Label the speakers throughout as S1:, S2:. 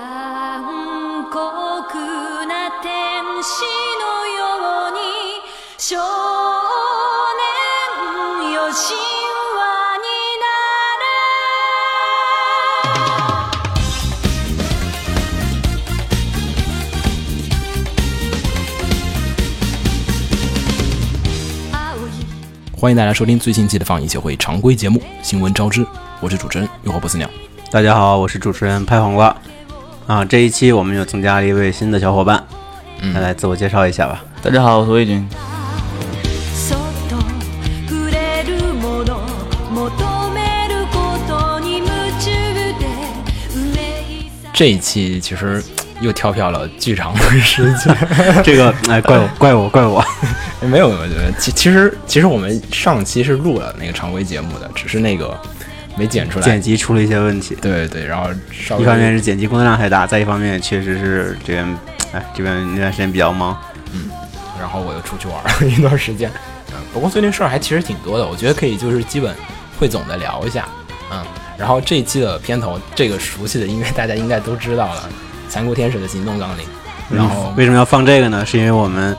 S1: 残酷な天使のように少年よ神話になれ青い
S2: 欢迎大家收听最新一期的放映协会常规节目《新闻招知》，我是主持人诱惑不死鸟。
S3: 大家好，我是主持人拍黄瓜。啊，这一期我们又增加了一位新的小伙伴，嗯、来自我介绍一下吧。
S4: 大家好，我是魏军。
S1: そっと触れるもの求めることに夢中で憂いさ
S2: 这一期其实嘖又跳票了剧场的时 间，
S3: 这个哎，怪我，怪我，怪我。
S2: 没有没有，没有其其实其实我们上期是录了那个常规节目的，只是那个没剪出来。
S3: 剪辑出了一些问题，
S2: 对对，然后稍微
S3: 一方面是剪辑工作量太大，再一方面也确实是这边，哎，这边那段时间比较忙。
S2: 然后我又出去玩了一段时间。嗯，不过最近事儿还其实挺多的，我觉得可以就是基本汇总的聊一下。嗯，然后这一期的片头，这个熟悉的音乐大家应该都知道了，《残酷天使的行动纲领》。然后
S3: 嗯为什么要放这个呢？是因为我们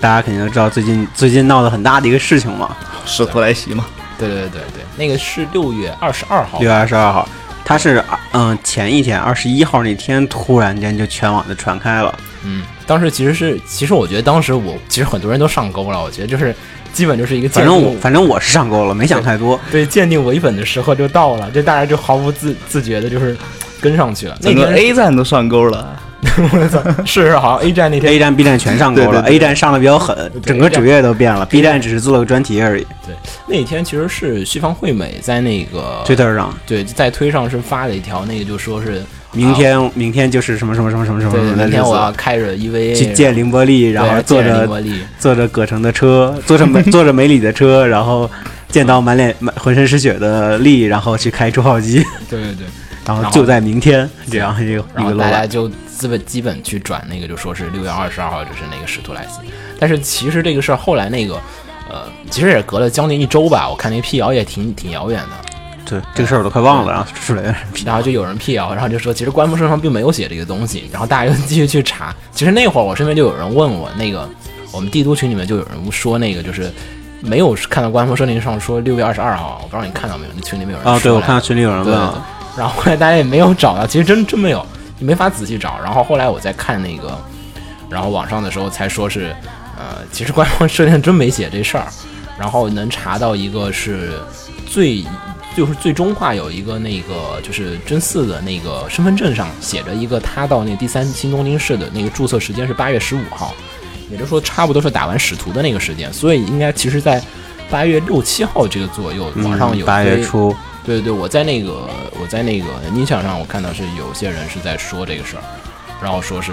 S3: 大家肯定都知道最近最近闹得很大的一个事情嘛，
S4: 是特莱西嘛？
S2: 对对对对，那个是六月二十二号
S3: 六，月二十二号，它是啊嗯前一天二十一号那天突然间就全网就传开了。
S2: 嗯，当时其实是，其实我觉得当时我其实很多人都上钩了，我觉得就是基本就是一个
S3: 反
S2: 鉴
S3: 正我
S2: 定，
S3: 反正我是上钩了，没想太多。
S2: 对鉴定伪粉的时候就到了，这大家就毫不自自觉的就是跟上去了。那
S4: 整个
S2: 天
S4: A 站都上钩了，
S3: 哎
S2: 是是好像 A 站那天
S3: A 站、B 站全上钩了
S4: 对对对
S3: ，A 站上的比较狠，整个主页都变了，B 站只是做了个专题而已。
S2: 那天其实是旭方惠美在那个
S3: Twitter 上，
S2: 对在推上是发了一条，那个就说是啊
S3: 明天嗯明天就是什么什么什么什么什么
S2: 对
S3: 什么的
S2: 明
S3: 日
S2: 天我要
S3: 子，
S2: 开着 EVA
S3: 去见凌波丽，然后
S2: 对
S3: 坐
S2: 见林
S3: 着
S2: 伯利
S3: 坐着葛城的车，坐 着梅坐着梅里的车，然后见到满脸满浑身是血的丽，然后去开出号机，
S2: 对对对，
S3: 然
S2: 然
S3: 后
S2: 后
S3: 就在明天这样一个一
S2: 然
S3: 个
S2: 后
S3: 楼
S2: 大家
S3: 板。
S2: 就基本基本去转那个，就说是六月二十二号就是那个使徒来袭。但是其实这个事儿后来那个，呃，其实也隔了将近一周吧，我看那辟谣也挺挺遥远的。
S3: 对这个事儿我都快忘了，然后出来
S2: 然后就有人辟谣，然后就说其实官方社上并没有写这个东西，然后大家又继续去查。其实那会儿我身边就有人问我那个，我们帝都群里面就有人说那个就是。没有看到官方声明上说六月二十二号，我不知道你看到没有？那群里面有人
S3: 啊，对
S2: 说
S3: 我
S2: 来
S3: 看到群里有人
S2: 对
S3: 问
S2: 对
S3: 了
S2: 对。然后后来大家也没有找到，其实真真没有，你没法仔细找。然后后来我在看那个，然后网上的时候才说是，呃，其实官方设定真没写这事儿。然后能查到一个是最就是最终话有一个那个就是真嗣的那个身份证上写着一个他到那个第三新东京市的那个注册时间是八月十五号，也就是说差不多是打完使徒的那个时间，所以应该其实在八月六七号这个左右，网上有
S3: 嗯八月
S2: 推
S3: 初，
S2: 对对对，我在那个我在那个 n i 上，我看到是有些人是在说这个事儿，然后说是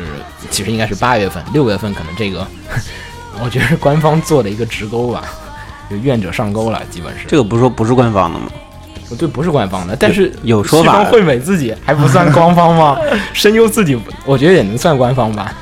S2: 其实应该是八月份、六月份，可能这个 我觉得是官方做的一个直钩吧，就愿者上钩了，基本是
S3: 这个不是说不是官方的吗？
S2: 个对不是官方的，但是
S3: 有有说法
S2: 西方惠美自己还不算官方吗？ 声优自己我觉得也能算官方吧，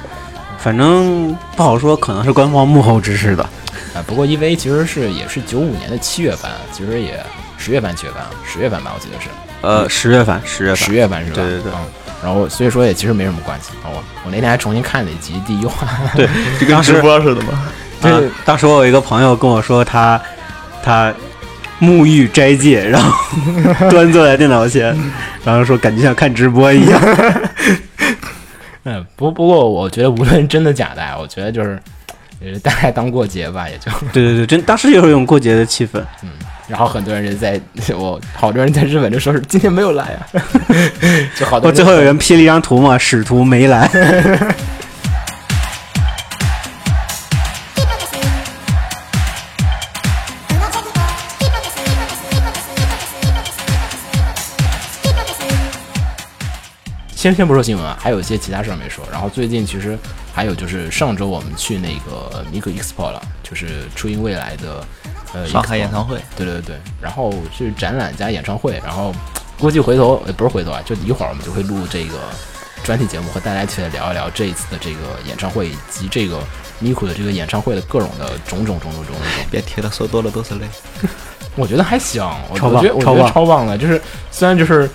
S3: 反正不好说，可能是官方幕后指使的。
S2: 啊，不过 EVA 其实是也是九五年的七月份，啊其实也十月份、七月份、十月份吧，我记得是。
S3: 呃，十月份，十月份，
S2: 十月版是吧？
S3: 对对对
S2: 嗯然后所以说也其实没什么关系。啊我我那天还重新看了一集第一话，对
S3: 就当
S4: 直
S3: 时，
S4: 播似的嘛。
S3: 啊
S2: 对
S3: 当时我有一个朋友跟我说他，他沐浴斋戒，然后端坐在电脑 前，然后说感觉像看直播一样。
S2: 嗯， 不不过我觉得无论真的假的啊，我觉得就是呃大概当过节吧，也就。
S3: 对对对，真当时有一种过节的气氛。
S2: 然后很多人就在我好多人在日本就说是今天没有来啊， 就好多人
S3: 我哦最后有人 P 了一张图嘛，使徒没来。
S2: 先先不说新闻啊，还有一些其他事儿没说。然后最近其实还有就是上周我们去那个 Miku Expo 了，就是初音未来的呃
S4: 上海
S2: Expo
S4: 演唱会，
S2: 对对对，然后是展览加演唱会，然后估计回头呃不是回头啊，就一会儿我们就会录这个专题节目，和大家一起来聊一聊这一次的这个演唱会以及这个 Miku 的这个演唱会的各种的种种种种种种种。
S4: 别提了，说多了都是泪。
S2: 我觉得还行，我
S3: 超
S2: 我
S3: 棒
S2: 觉得我
S3: 超
S2: 觉得
S3: 棒
S2: 超棒的，就是虽然就是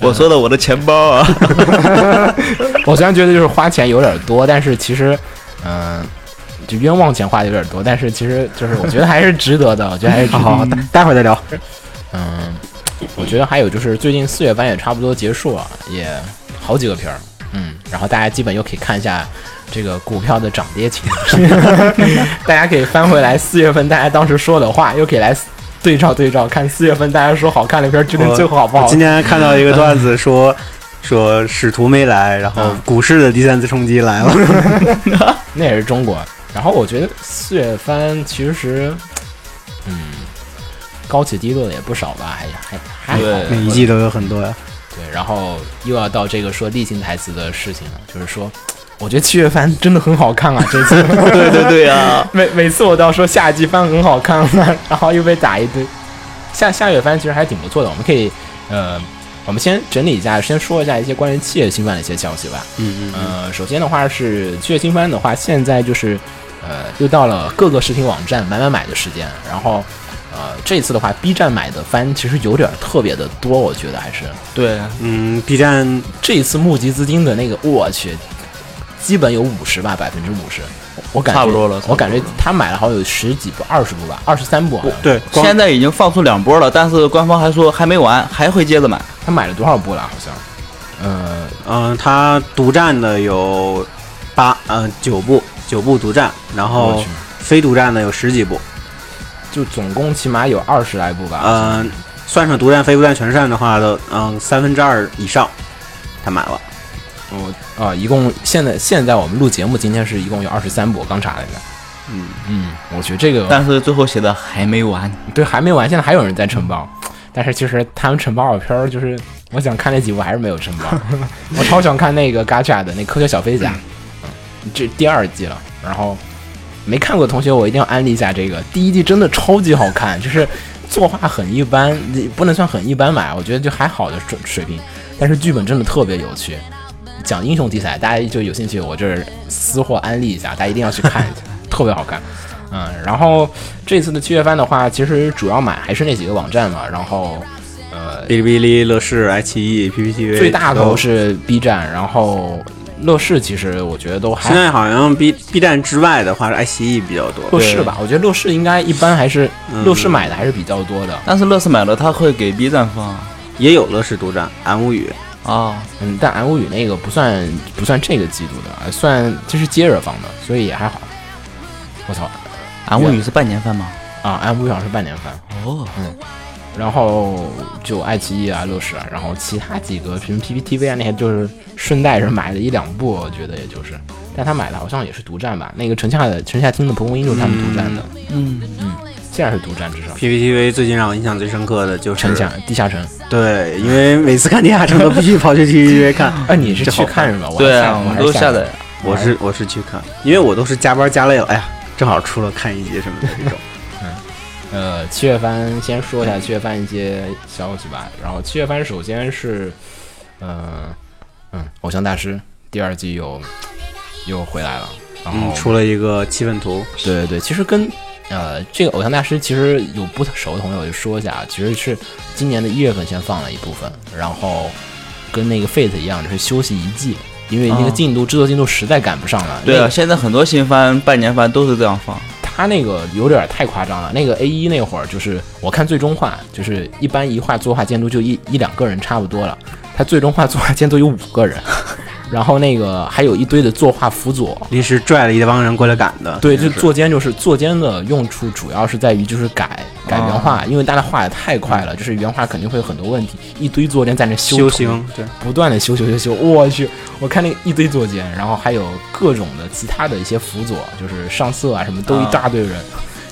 S4: 我说的我的钱包啊，
S2: 我虽然觉得就是花钱有点多，但是其实，嗯、就冤枉钱花的有点多，但是其实就是我觉得还是值得的，我觉得还是值得
S3: 好好，
S2: 的。
S3: 待待会儿再聊。
S2: 嗯，我觉得还有就是最近四月班也差不多结束了，也好几个片儿，嗯，然后大家基本又可以看一下这个股票的涨跌情 况，大家可以翻回来四月份大家当时说的话，又可以来对照对照，看四月份大家说好看的片儿，究竟最后好不好
S3: 我？今天看到一个段子 说。说使徒没来，然后
S2: 嗯
S3: 股市的第三次冲击来了。
S2: 那也是中国。然后我觉得四月番其实，嗯，高起低落的也不少吧，还还还好。
S4: 对
S3: 每一季都有很多呀，
S2: 对，然后又要到这个说例行台词的事情了，就是说，我觉得七月番真的很好看啊，这次
S4: 对对对啊，
S2: 每每次我都要说下一季番很好看、啊，然后又被打一堆。下下月番其实还挺不错的，我们可以，呃，我们先整理一下，先说一下一些关于七月新番的一些消息吧。
S3: 嗯
S2: 呃，首先的话是七月新番的话，现在就是呃，又到了各个实体网站买买买的时间。然后呃，这次的话，B 站买的番其实有点儿特别的多，我觉得还是
S4: 对，
S3: 嗯，B 站
S2: 这一次募集资金的那个，我去，基本有五十吧，百分之五十。我感觉
S4: 差不多了差不多
S2: 我感觉
S4: 了
S2: 他买了好像有十几部、二十部吧，二十三部啊好像。
S3: 对，光
S4: 现在已经放出两波了，但是官方还说还没完，还会接着买。
S2: 他买了多少部了？好像，呃，
S3: 嗯，它独占的有八呃九部，九部独占，然
S2: 我
S4: 哦
S3: 后
S2: 去
S3: 非独占的有十几部。
S2: 就总共起码有二十来部
S4: 啊
S2: 吧。
S3: 嗯、算上独占、非独占、全占的话都嗯三分之二以上，他买了。
S2: 我啊、一共现在现在我们录节目，今天是一共有二十三部，我刚查了一下。
S3: 嗯
S2: 嗯，我觉得这个
S4: 但是最后写的还没完，
S2: 对还没完，现在还有人在承包，但是其实他们承包的片儿就是，我想看那几部还是没有承包。我超想看那个 Gacha 的那科学小飞侠，嗯，这第二季了，然后没看过的同学我一定要安利一下这个，第一季真的超级好看，就是作画很一般，不能算很一般吧，我觉得就还好的水水平，但是剧本真的特别有趣。讲英雄题材，大家就有兴趣，我这儿私货安利一下，大家一定要去看一下， 特别好看。嗯，然后这次的七月番的话，其实主要买还是那几个网站嘛，然后呃，
S3: 哔哩哔哩、乐视、爱奇艺、PPTV
S2: 最大头
S3: 都。
S2: 是 B 站，然后乐视其实我觉得都
S3: 现
S2: 还
S3: 在好像 B B 站之外的话是爱奇艺比较多。
S2: 乐视吧，我觉得乐视应该一般还是
S3: 嗯
S2: 乐视买的还是比较多的，
S4: 但是乐视买了，他会给 B 站放啊、
S3: 也有乐视独占，安无语。
S4: 哦
S2: 嗯，但 M 无语那个不算不算这个季度的，算这是接着放的，所以也还好。我操
S4: 俺物语是半年番吗？
S2: 啊，M 无语好像是半年番，嗯
S4: 哦，
S2: 然后就爱奇艺啊、乐视啊，然后其他几个什么 PPTV 啊那些，就是顺带着买了一两部，我觉得也就是。但他买的好像也是独占吧？那个城下的城下町的蒲公英就是他们独占的，
S4: 嗯，
S2: 现在是独占至少。
S3: PPTV 最近让我印象最深刻的就是
S2: 城下地下城，
S3: 对，因为每次看地下城都必须跑去 PPTV 看。
S2: 啊，你是
S3: 这
S2: 去
S3: 好
S2: 看是吧？我还
S4: 对
S2: 下
S4: 啊，
S2: 我
S4: 我
S2: 还
S4: 们都
S2: 下
S4: 下载。
S3: 我是
S2: 哎
S3: 我是去看，因为我都是加班加累了，哎呀，正好出了看一集什么的 这
S2: 哦
S3: 种。
S2: 呃，七月番先说一下七月番一些消息吧。然后七月番首先是，呃，嗯，偶像大师第二季又又回来了，然后、
S3: 嗯，出了一个气氛图，
S2: 对对对，其实跟呃这个偶像大师其实有不太熟的朋友就说一下，其实是今年的一月份先放了一部分，然后跟那个 Fate 一样，就是休息一季，因为那
S3: 啊
S2: 个
S4: 哦
S2: 进度、制作进度实在赶不上了。
S4: 对
S2: 那
S4: 啊，
S2: 个
S4: 现在很多新番半年番都是这样放。
S2: 他那个有点太夸张了。那个 A 一那会儿，就是我看最终话，就是一般一画作画监督就一一两个人差不多了，他最终画作画监督有五个 人，然后那个还有一堆的作画辅佐。
S3: 临时拽了一帮人过来赶的。
S2: 对，就
S3: 真是
S2: 坐监就是坐监的用处主要是在于就是改改原
S3: 啊
S2: 画，因为大家画的太快了，就是原画肯定会有很多问题，一堆坐监在那
S3: 修
S2: 修图，
S3: 行，对，
S2: 不断的修修修修，我去，我看那个一堆坐监，然后还有各种的其他的一些辅佐，就是上色啊什么都一大堆人，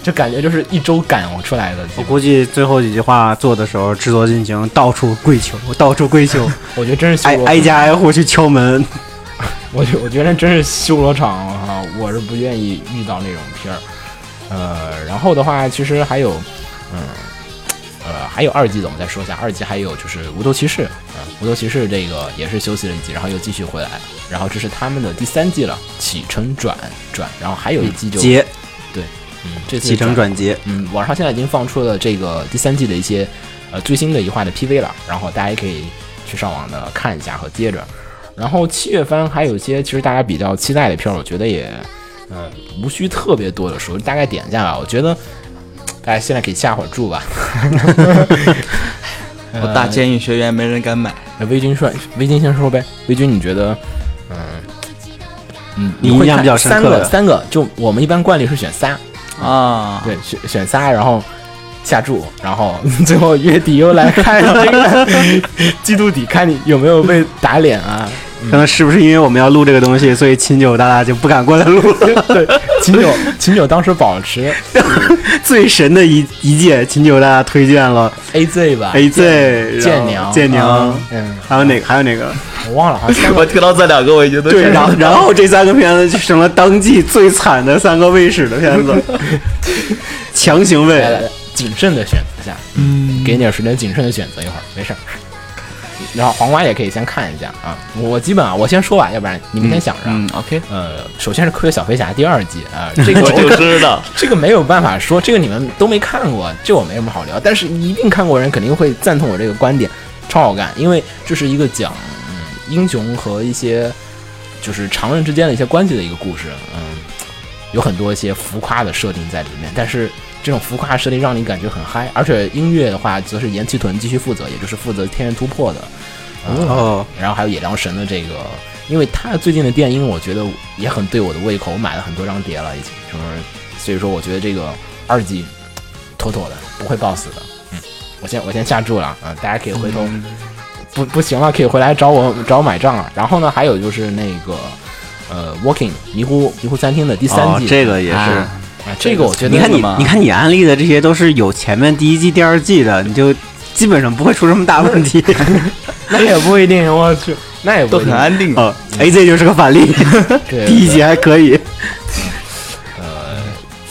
S2: 就感觉就是一周赶出来的。
S3: 嗯我估计最后几句话做的时候，制作进行到处跪求， 到处跪求，
S2: 我觉得真是 修
S3: 挨
S2: 罗场
S3: 挨家挨户去敲门。
S2: 我觉我觉得真是修罗场，我靠，我是不愿意遇到那种片儿。呃，然后的话，其实还有，嗯，呃，还有二季的，我们再说一下。二季还有就是《无头骑士》，啊，《无头骑士》这个也是休息了一季，然后又继续回来，然后这是他们的第三季了，起承转转，然后还有一季就，
S3: 劫
S2: 嗯，这次
S3: 起承转接，
S2: 嗯，网上现在已经放出了这个第三季的一些呃最新的一话的 PV 了，然后大家也可以去上网的看一下和接着。然后七月番还有一些其实大家比较期待的片儿，我觉得也嗯无需特别多的说，大概点一下吧。我觉得大家现在可以下会儿注吧。
S4: 我大监狱学员没人敢买，
S2: 那微君说，微君先说呗。微君，你觉得，嗯嗯，
S3: 你
S2: 会
S3: 印象
S2: 看
S3: 比较深
S2: 三
S3: 刻
S2: 个
S3: 的
S2: 三个，就我们一般惯例是选仨，
S4: 啊，
S2: 对，选选仨，然后下注，然后 最后月底又来看这个 季度底，看你有没有被打脸啊？
S3: 可能是不是因为我们要录这个东西，所以秦九大大就不敢过来录 了？
S2: 对，秦九秦九当时保持
S3: 最神的一一届，秦九大大推荐了
S2: AZ 吧
S3: AZ
S2: 剑
S3: 然后
S2: 啊娘
S3: 剑娘
S4: 啊，
S2: 嗯，
S3: 还有哪个还有哪个？
S2: 我忘了，好像三个
S4: 我听到这两个我已经都
S3: 对，
S4: 想
S3: 然后然后这三个片子就成了当季最惨的三个卫视的片 子，强行
S2: 来来
S3: 卫。
S2: 来谨慎的选择一下，嗯，给你点时间谨慎的选择一会儿，没事儿。然后黄瓜也可以先看一下啊，我我基本啊，我先说吧，要不然你们先想着啊。
S4: 嗯，OK，
S2: 呃，首先是《科学小飞侠》第二季 啊、这个
S4: 我
S2: 这
S4: 就
S2: 个
S4: 知道，
S2: 这个没有办法说，这个你们都没看过，这我没什么好聊。但是一定看过人肯定会赞同我这个观点，超好看，因为这是一个讲嗯英雄和一些就是常人之间的一些关系的一个故事，嗯，有很多一些浮夸的设定在里面，但是这种浮夸设定让你感觉很嗨，而且音乐的话则是岩崎豚继续负责，也就是负责《天元突破》的，嗯、
S3: 哦，
S2: 然后还有野良神的这个，因为他最近的电音，我觉得也很对我的胃口，我买了很多张碟了已经，什么，所以说我觉得这个二季妥妥的，不会爆死的。嗯，我先我先下注了啊、大家可以回头，
S3: 嗯
S2: 不不行了可以回来找我找我买账了。然后呢，还有就是那个呃，Walking 迷糊迷糊餐厅的第三
S3: 哦
S2: 季，
S3: 这个也是
S2: 啊啊这个我觉得
S3: 你看
S4: 真
S3: 你
S4: 的吗，
S3: 你看你安利的这些都是有前面第一季、第二季的，你就基本上不会出什么大问 题。
S2: 那也不一定，我去，那也不
S4: 都
S2: 一
S4: 很
S2: 定。
S4: 安定。
S3: 哦，AZ 就是个反例，
S2: 对
S3: 第一集还可以。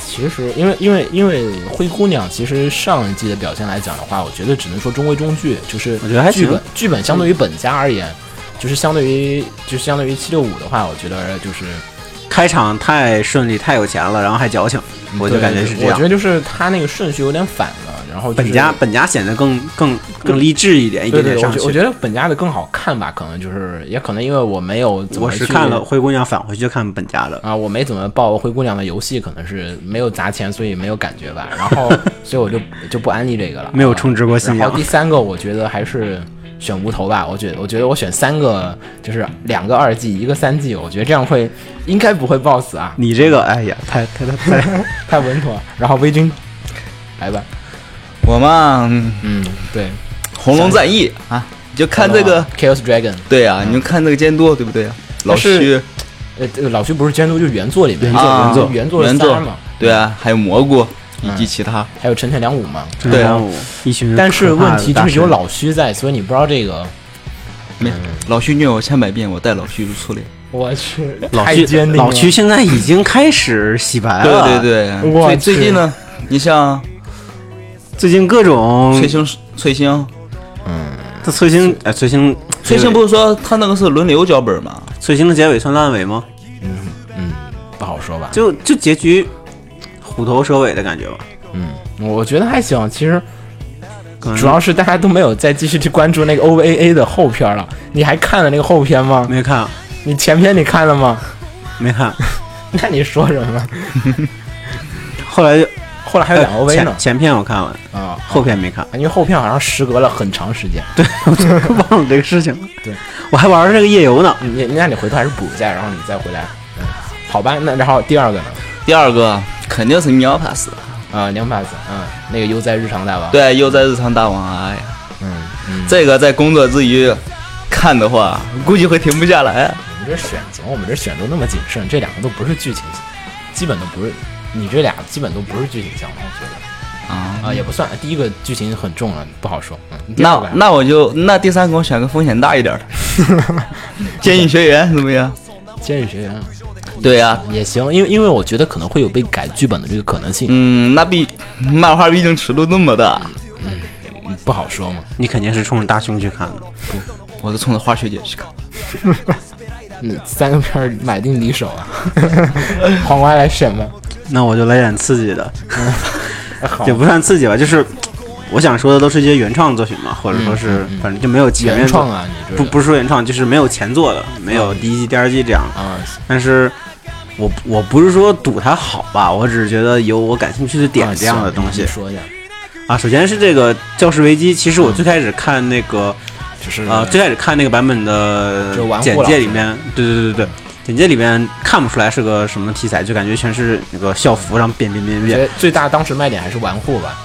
S2: 其实，因为因为因为灰姑娘，其实上一季的表现来讲的话，我觉得只能说中规中矩，就是
S3: 我觉得还行
S2: 剧本剧本相对于本家而言，就是相对于就是相对于七六五的话，我觉得就是
S3: 开场太顺利，太有钱了，然后还矫情，我
S2: 嗯
S3: 就
S2: 对
S3: 感觉是这
S2: 我觉
S3: 样。
S2: 得就是他那个顺序有点反了，然后、就是、
S3: 本家本家显得更更更励志一点，一
S2: 对对，
S3: 点
S2: 对
S3: 点
S2: 我
S3: 上
S2: 觉
S3: 去。
S2: 我觉得本家的更好看吧，可能就是也可能因为我没有怎么
S3: 我是
S2: 去
S3: 看了《灰姑娘》，返回去看本家的。
S2: 啊，我没怎么报灰姑娘的游戏，可能是没有砸钱，所以没有感觉吧。然 后，所以我就就不安利这个了。
S3: 没有
S2: 啊
S3: 充值过信
S2: 然
S3: 仰
S2: 后第三个，我觉得还是选无头吧。我觉得，我觉得我选三个，就是两个二季，一个三季，我觉得这样会应该不会爆死啊，
S3: 你这个，哎呀，太太太太，
S2: 太稳妥了。然后微君，来吧，
S4: 我嘛，嗯
S2: 嗯，对，
S4: 红龙战役啊，你就看这个，
S2: Chaos Dragon，
S4: 对啊，你就看这个监督，对不对？老徐
S2: 是，呃，这个老徐不是监督，就是原作里面
S3: 原作
S4: 啊
S2: 原作原作
S4: 原
S2: 是
S4: 作
S2: 三嘛，嗯
S4: 对啊，还有蘑菇以及其他，
S2: 还有陈田良武嘛。
S4: 对啊，
S3: 一群
S2: 但是
S3: 可怕
S2: 问
S3: 的
S2: 题
S3: 大
S2: 就是有
S3: 神
S2: 老徐在，所以你不知道这 个。
S4: 没
S2: 嗯
S4: 老徐虐我千百遍，我待老徐如初恋。
S2: 我去，
S3: 老
S2: 太
S3: 区
S2: 坚定了
S3: 老区现在已经开始洗白
S4: 对
S2: 啊
S3: 了。
S4: 哎对，对，
S2: 我
S4: 最
S2: 去
S4: 最近呢，你像
S3: 最近各种
S2: 嗯
S4: 崔星，崔星，
S3: 他崔星，哎，崔星，
S4: 崔星不是说他那个是轮流脚本吗？
S3: 崔星的结尾算烂尾吗？
S2: 嗯，不好说吧。
S3: 就就结局虎头蛇尾的感觉吧。
S2: 嗯，我觉得还行。其实
S3: 可能
S2: 主要是大家都没有再继续去关注那个 OVA 的后篇了。你还看了那个后篇吗？
S3: 没看，
S2: 你前篇你看了吗？
S3: 没看。
S2: 那你说什么？
S3: 后来就呃
S2: 后来还有两个 OVA 呢
S3: 前前篇我看完，
S2: 啊，
S3: 后篇没 看，
S2: 因为后篇好像时隔了很长时间。
S3: 忘了这个事情了。
S2: 对，
S3: 我还玩这个夜游呢。
S2: 你那你回头还是补一下，然后你再回来。嗯，好吧。那然后第二个呢？
S4: 第二个肯定是喵 pass，
S2: 啊，两把子，嗯，那个悠哉日常大王。，
S4: 对，又在日常大王，哎呀，
S2: 嗯嗯，
S4: 这个在工作之余看的话，估计会停不下来。啊
S2: 我们这选择，我们这选都那么谨慎，这两个都不是剧情，基本都不是。你这俩基本都不是剧情项目，我觉得。
S4: 啊
S2: 啊，也不算，第一个剧情很重了，不好说。嗯，第二个
S4: 那
S2: 吧
S4: 那我就那第三个我选个风险大一点的， 监狱学员怎么样？
S2: 监狱学员
S4: 对呀、
S2: 也行，因为因为我觉得可能会有被改剧本的这个可能性，
S4: 嗯，那毕漫画毕竟尺度那么大，
S2: 不好说嘛。
S3: 你肯定是冲着大胸去看的。
S4: 我是冲着花学姐去看。
S2: 嗯，三个片儿买定离手啊， 黄瓜来选吧。
S3: 那我就来点刺激的，
S2: 好
S3: 也，不算刺激吧，就是我想说的都是一些原创作品嘛，或者说是、
S2: 嗯嗯嗯
S3: 反正就没有前面
S2: 原创啊，哦你这
S3: 不不是说原创，就是没有前作的，没有第一季、第二季这样。
S2: 啊，
S3: 但是我我不是说赌它好吧，我只是觉得有我感兴趣的点
S2: 啊
S3: 这样的
S2: 行
S3: 东西
S2: 你说一下，
S3: 啊。首先是这个《教室危机》，其实我最开始看那个
S2: 就是
S3: 呃，最开始看那个版本的
S2: 就玩
S3: 简
S2: 过了
S3: 介里面，对对对对对。简介里面看不出来是个什么题材，就感觉全是那个校服上变变变
S2: 我觉
S3: 变。
S2: 得最大当时卖点还是玩户吧，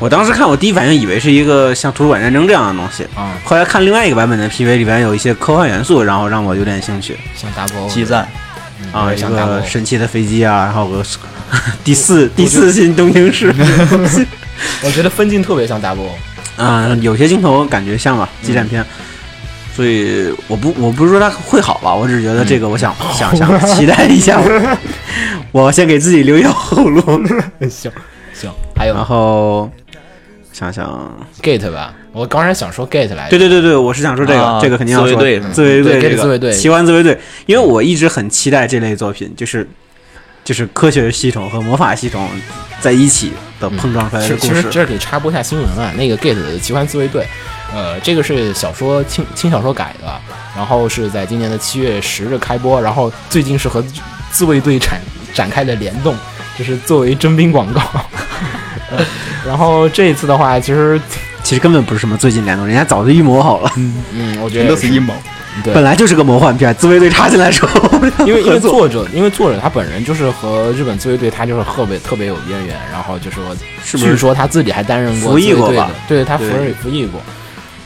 S3: 我当时看，我第一反应以为是一个像图书馆战争这样的东西，
S2: 啊，
S3: 后来看另外一个版本的 PV 里边有一些科幻元素，然后让我有点兴趣
S2: 像 double
S4: 激战，
S2: 嗯
S3: 啊，
S2: 我也
S3: 一
S2: 想打
S3: 个
S2: 过，
S3: 神奇的飞机啊，然 后有个第四第四新东京市
S2: 我觉得分镜特别像 double，
S3: 啊，有些镜头感觉像吧激战片，
S2: 嗯
S3: 所以我不我不是说它会好吧，我只是觉得这个我想、
S2: 嗯
S3: 想想期待 一下，我先给自己留一条后路，
S2: 行行，还有
S3: 然
S2: 呢
S3: 后想想
S2: gate 吧，我刚才想说 gate 来着，
S3: 对对对对，我是想说这个，
S4: 啊
S3: 这个肯定要说
S4: 自卫队
S3: 自卫队
S2: 对
S3: 这
S2: 跟
S3: 个
S2: 自卫队
S3: 奇幻自卫队，因为我一直很期待这类作品，就是就是科学系统和魔法系统在一起的碰撞出来的
S2: 嗯是，
S3: 呃故
S2: 其实
S3: 事。
S2: 这里插播一下新闻啊，那个 Gate 的奇幻自卫队，呃，这个是小说轻轻小说改的，然后是在今年的七月十日开播，然后最近是和自卫队展展开了联动，就是作为征兵广告。 呃然后这一次的话，其实，
S3: 其实根本不是什么最近联动，人家早就预谋好了，
S2: 嗯，我觉
S4: 全
S2: 得
S4: 都是阴谋。
S2: 对
S3: 本来就是个魔幻片，自卫队插进来之后，
S2: 因为因为
S3: 合作
S2: 作者，因为作者他本人就是和日本自卫队，他就是特别特别有渊源。然后就是我，
S3: 是不是
S2: 据说他自己还担任过
S3: 服役
S2: 自卫
S3: 过
S2: 队
S3: 吧
S2: 的，对他服
S3: 对
S2: 服役过。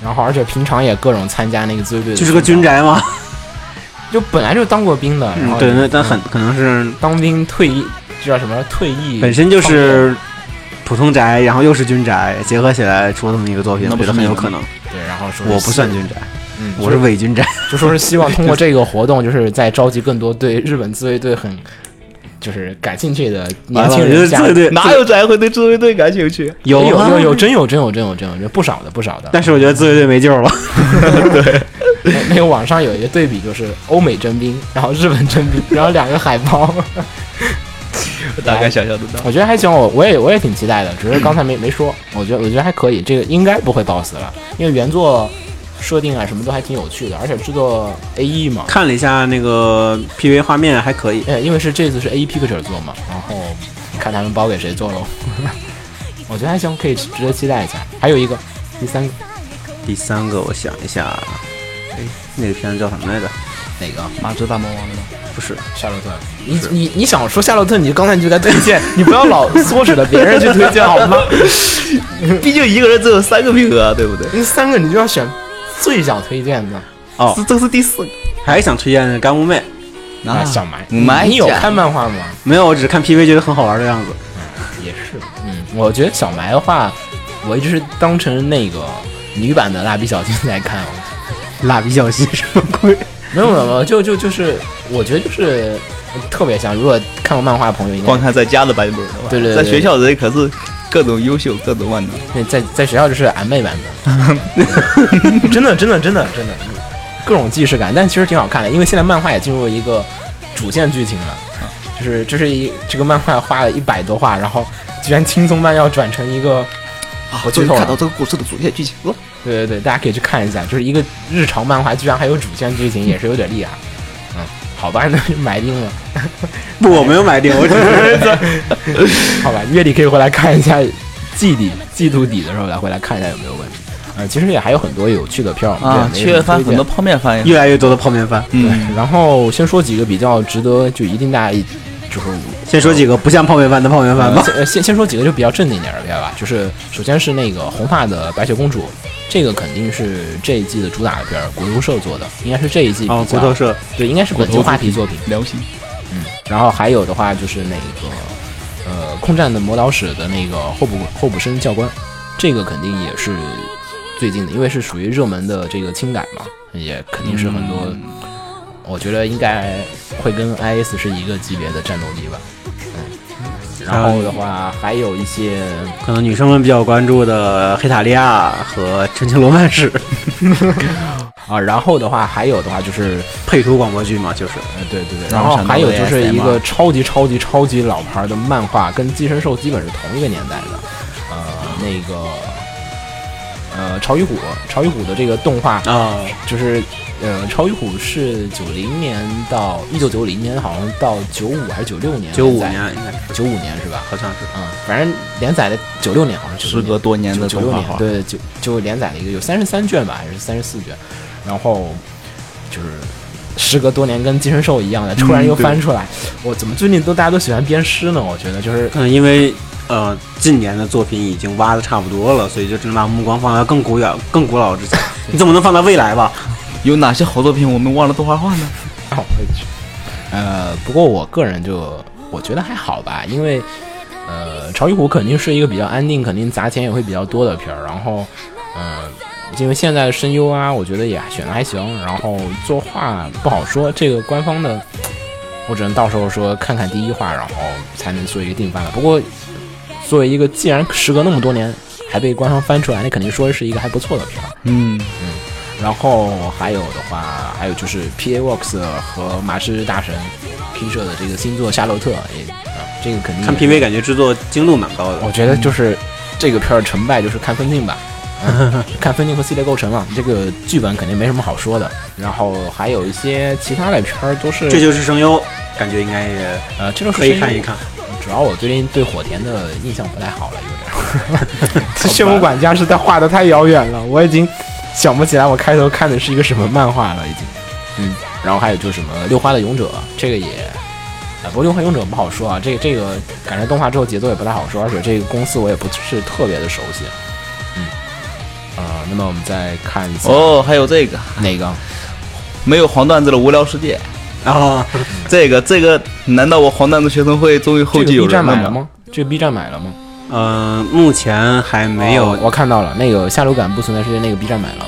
S2: 然后而且平常也各种参加那个自卫队的
S3: 就
S2: 训练，
S3: 是个军宅嘛。
S2: 就本来就是当过兵的。然后
S3: 对，那
S2: 嗯
S3: 但很可能是
S2: 当兵退役，这叫什么？退役
S3: 本身就是普通宅，然后又是军宅，结合起来出这么一个作品，
S4: 那
S3: 我
S4: 不
S3: 觉
S4: 是
S3: 得很有
S4: 你吗
S3: 可能。
S2: 对，然后说
S3: 我不算
S2: 希，
S3: 军宅，
S2: 嗯，
S3: 我是伪军宅。
S2: 就说是希望 通过这个活动，就是在召集更多对日本自卫队很就是感兴趣的年轻
S3: 完了我觉得
S2: 人加入。
S3: 自卫队
S4: 哪有宅会对自卫队感兴趣？
S3: 有
S2: 有
S3: 啊
S2: 有有，真有真有真有真有，不少的不少的。
S3: 但是我觉得自卫队没救了。
S2: 那那个网上有一个对比，就是欧美征兵，然后日本征兵，然后两个海报，
S4: 我大概想象得到。
S2: 我觉得还行，我我也我也挺期待的，只是刚才没没说，我觉得我觉得还可以，这个应该不会 BOSS 了，因为原作设定啊什么都还挺有趣的，而且制作 A E 嘛，
S3: 看了一下那个 PV 画面还可以，
S2: 呃，因为是这次是 A E Picture 做嘛，然后看他们包给谁做喽， 我觉得还行，可以值得期待一下。还有一个第三个
S3: 第三个我想一下，哎，那个片子叫什么来着？
S2: 哪个？
S4: 马之大魔王的吗？
S3: 不是，
S2: 夏洛特，你你你想说夏洛特，你刚才你就该推荐，你不要老唆使着别人去推荐好吗？
S4: 毕竟一个人只有三个名额，对不对？
S2: 第三个你就要选最想推荐的。
S3: 哦
S4: 这这是第四个。
S3: 还想推荐的干木妹，
S2: 啊，小埋，
S4: 埋
S2: 你有
S4: 甲
S2: 看漫画吗？
S3: 没有，我只是看 PV 觉得很好玩的样子。
S2: 也是，嗯，我觉得小埋的话，我一直是当成那个女版的蜡笔小新来看。啊
S3: 蜡笔小新什么鬼？
S2: 没有没有没有，就就就是，我觉得就是特别像。如果看过漫画的朋友，应该
S4: 光看在家的版本的话，
S2: 对对对
S4: 在学校人可是各种优秀，各种万能。
S2: 那在在学校就是俺妹版 的，真的真的真的真的，各种既视感，但其实挺好看的，因为现在漫画也进入一个主线剧情了，
S3: 啊
S2: 就是这是一这个漫画画了一百多话，然后居然轻松漫要转成一个，
S4: 啊
S2: 我终于看到
S4: 这个故事的主线剧情了。
S2: 对对对，大家可以去看一下，就是一个日常漫画居然还有主线剧情，也是有点厉害，嗯，好吧，那就埋定了，
S3: 不，我没有买定，我只 是
S2: 好吧，月底可以回来看一下季底季度底的时候来回来看一下有没有问题。啊，其实也还有很多有趣的票
S4: 啊，七月份很多泡面翻译。
S3: 越来越多的泡面番。
S4: 嗯，
S2: 然后先说几个比较值得，就一定大家一就是
S3: 先说几个不像泡面番的泡面番
S2: 呃
S3: 吧。
S2: 先呃先先说几个就比较正经点儿的片吧。就是首先是那个红发的白雪公主，这个肯定是这一季的主打片儿，骨头社做的，应该是这一季比较、
S3: 哦，骨头社，
S2: 对，应该是本季话题作品。
S4: 良心。
S2: 然后还有的话就是那个呃空战的魔导使的那个候补候补生教官，这个肯定也是最近的，因为是属于热门的这个轻改嘛，也肯定是很多，我觉得应该会跟 IS 是一个级别的战斗力吧。嗯，然后的话还有一些
S3: 可能女生们比较关注的黑塔利亚和《陈情罗曼史》
S2: 啊，然后的话还有的话就是
S3: 配图广播剧嘛，就是
S2: 呃，对对对，
S4: 然
S2: 然
S4: 后
S2: 后
S4: 想到
S2: 还有
S4: 了
S2: 就是一
S4: ASMR
S2: 个超级超级超级老牌的漫画，跟《寄生兽》基本是同一个年代的，呃，那个呃潮与虎，潮与虎的这个动画
S3: 啊，
S2: 就是呃潮与虎是九零年到一九九零年，好像到九五还是九六年
S3: 九五
S2: 连载
S3: 年应该是，
S2: 九五年是吧？
S3: 好像是。
S2: 嗯，反正连载的九六年好像是
S4: 时隔多年的
S2: 九
S4: 动
S2: 六
S4: 画
S2: 年
S4: 化，，
S2: 对，就就连载了一个有三十三卷吧，还是三十四卷，然后就是时隔多年跟金神兽一样的，突
S4: 嗯
S2: 然又翻出来，我怎么最近都大家都喜欢编诗呢？我觉得就是
S3: 嗯，因为呃，近年的作品已经挖的差不多了，所以就只能把目光放到更古远、更古老 之前。你总不能放到未来吧？
S4: 有哪些好作品我们忘了动画化呢？
S2: 哦我去呃，不过我个人就我觉得还好吧，因为呃，潮与虎肯定是一个比较安定，肯定砸钱也会比较多的片儿。然后，嗯、因为现在的声优啊，我觉得也选的还行。然后作画不好说，这个官方的，我只能到时候说看看第一话，然后才能做一个定番了。不过，作为一个既然时隔那么多年还被官方翻出来，那肯定说是一个还不错的片儿。
S4: 嗯，
S2: 然后还有的话，还有就是 PA Works 和麻师大神拼摄的这个新作《夏洛特》也，啊，这个肯定
S3: 看 PV 感觉制作精度蛮高的。
S2: 我觉得就是这个片儿成败就是看分镜吧，嗯 看分镜和系列构成了，这个剧本肯定没什么好说的。然后还有一些其他的片儿都是，
S3: 这就是声优，感觉应该也
S2: 呃，这都是
S3: 可以
S2: 声优
S3: 看一看。
S2: 主要我最近对火田的印象不太好了，有点。炫目管家是他画的太遥远了，我已经想不起来我开头看的是一个什么漫画了，已经。嗯，然后还有就是什么六花的勇者，这个也，啊，不过六花勇者不好说啊，这个这个赶上动画之后节奏也不太好说，而且这个公司我也不是特别的熟悉。嗯，呃，那么我们再看一下、
S4: 哦，还有这个
S2: 哪个？
S4: 没有黄段子的无聊世界，
S3: 啊，
S4: 这个这个，难道我黄段子学生会终于后
S2: 这个
S4: 继有
S2: B 站
S4: 人
S2: 买了
S4: 吗？
S2: 吗？这个 B 站买了吗？
S3: 呃，目前还没有
S2: 哦我看到了，那个下流感不存在世界那个 B 站买了。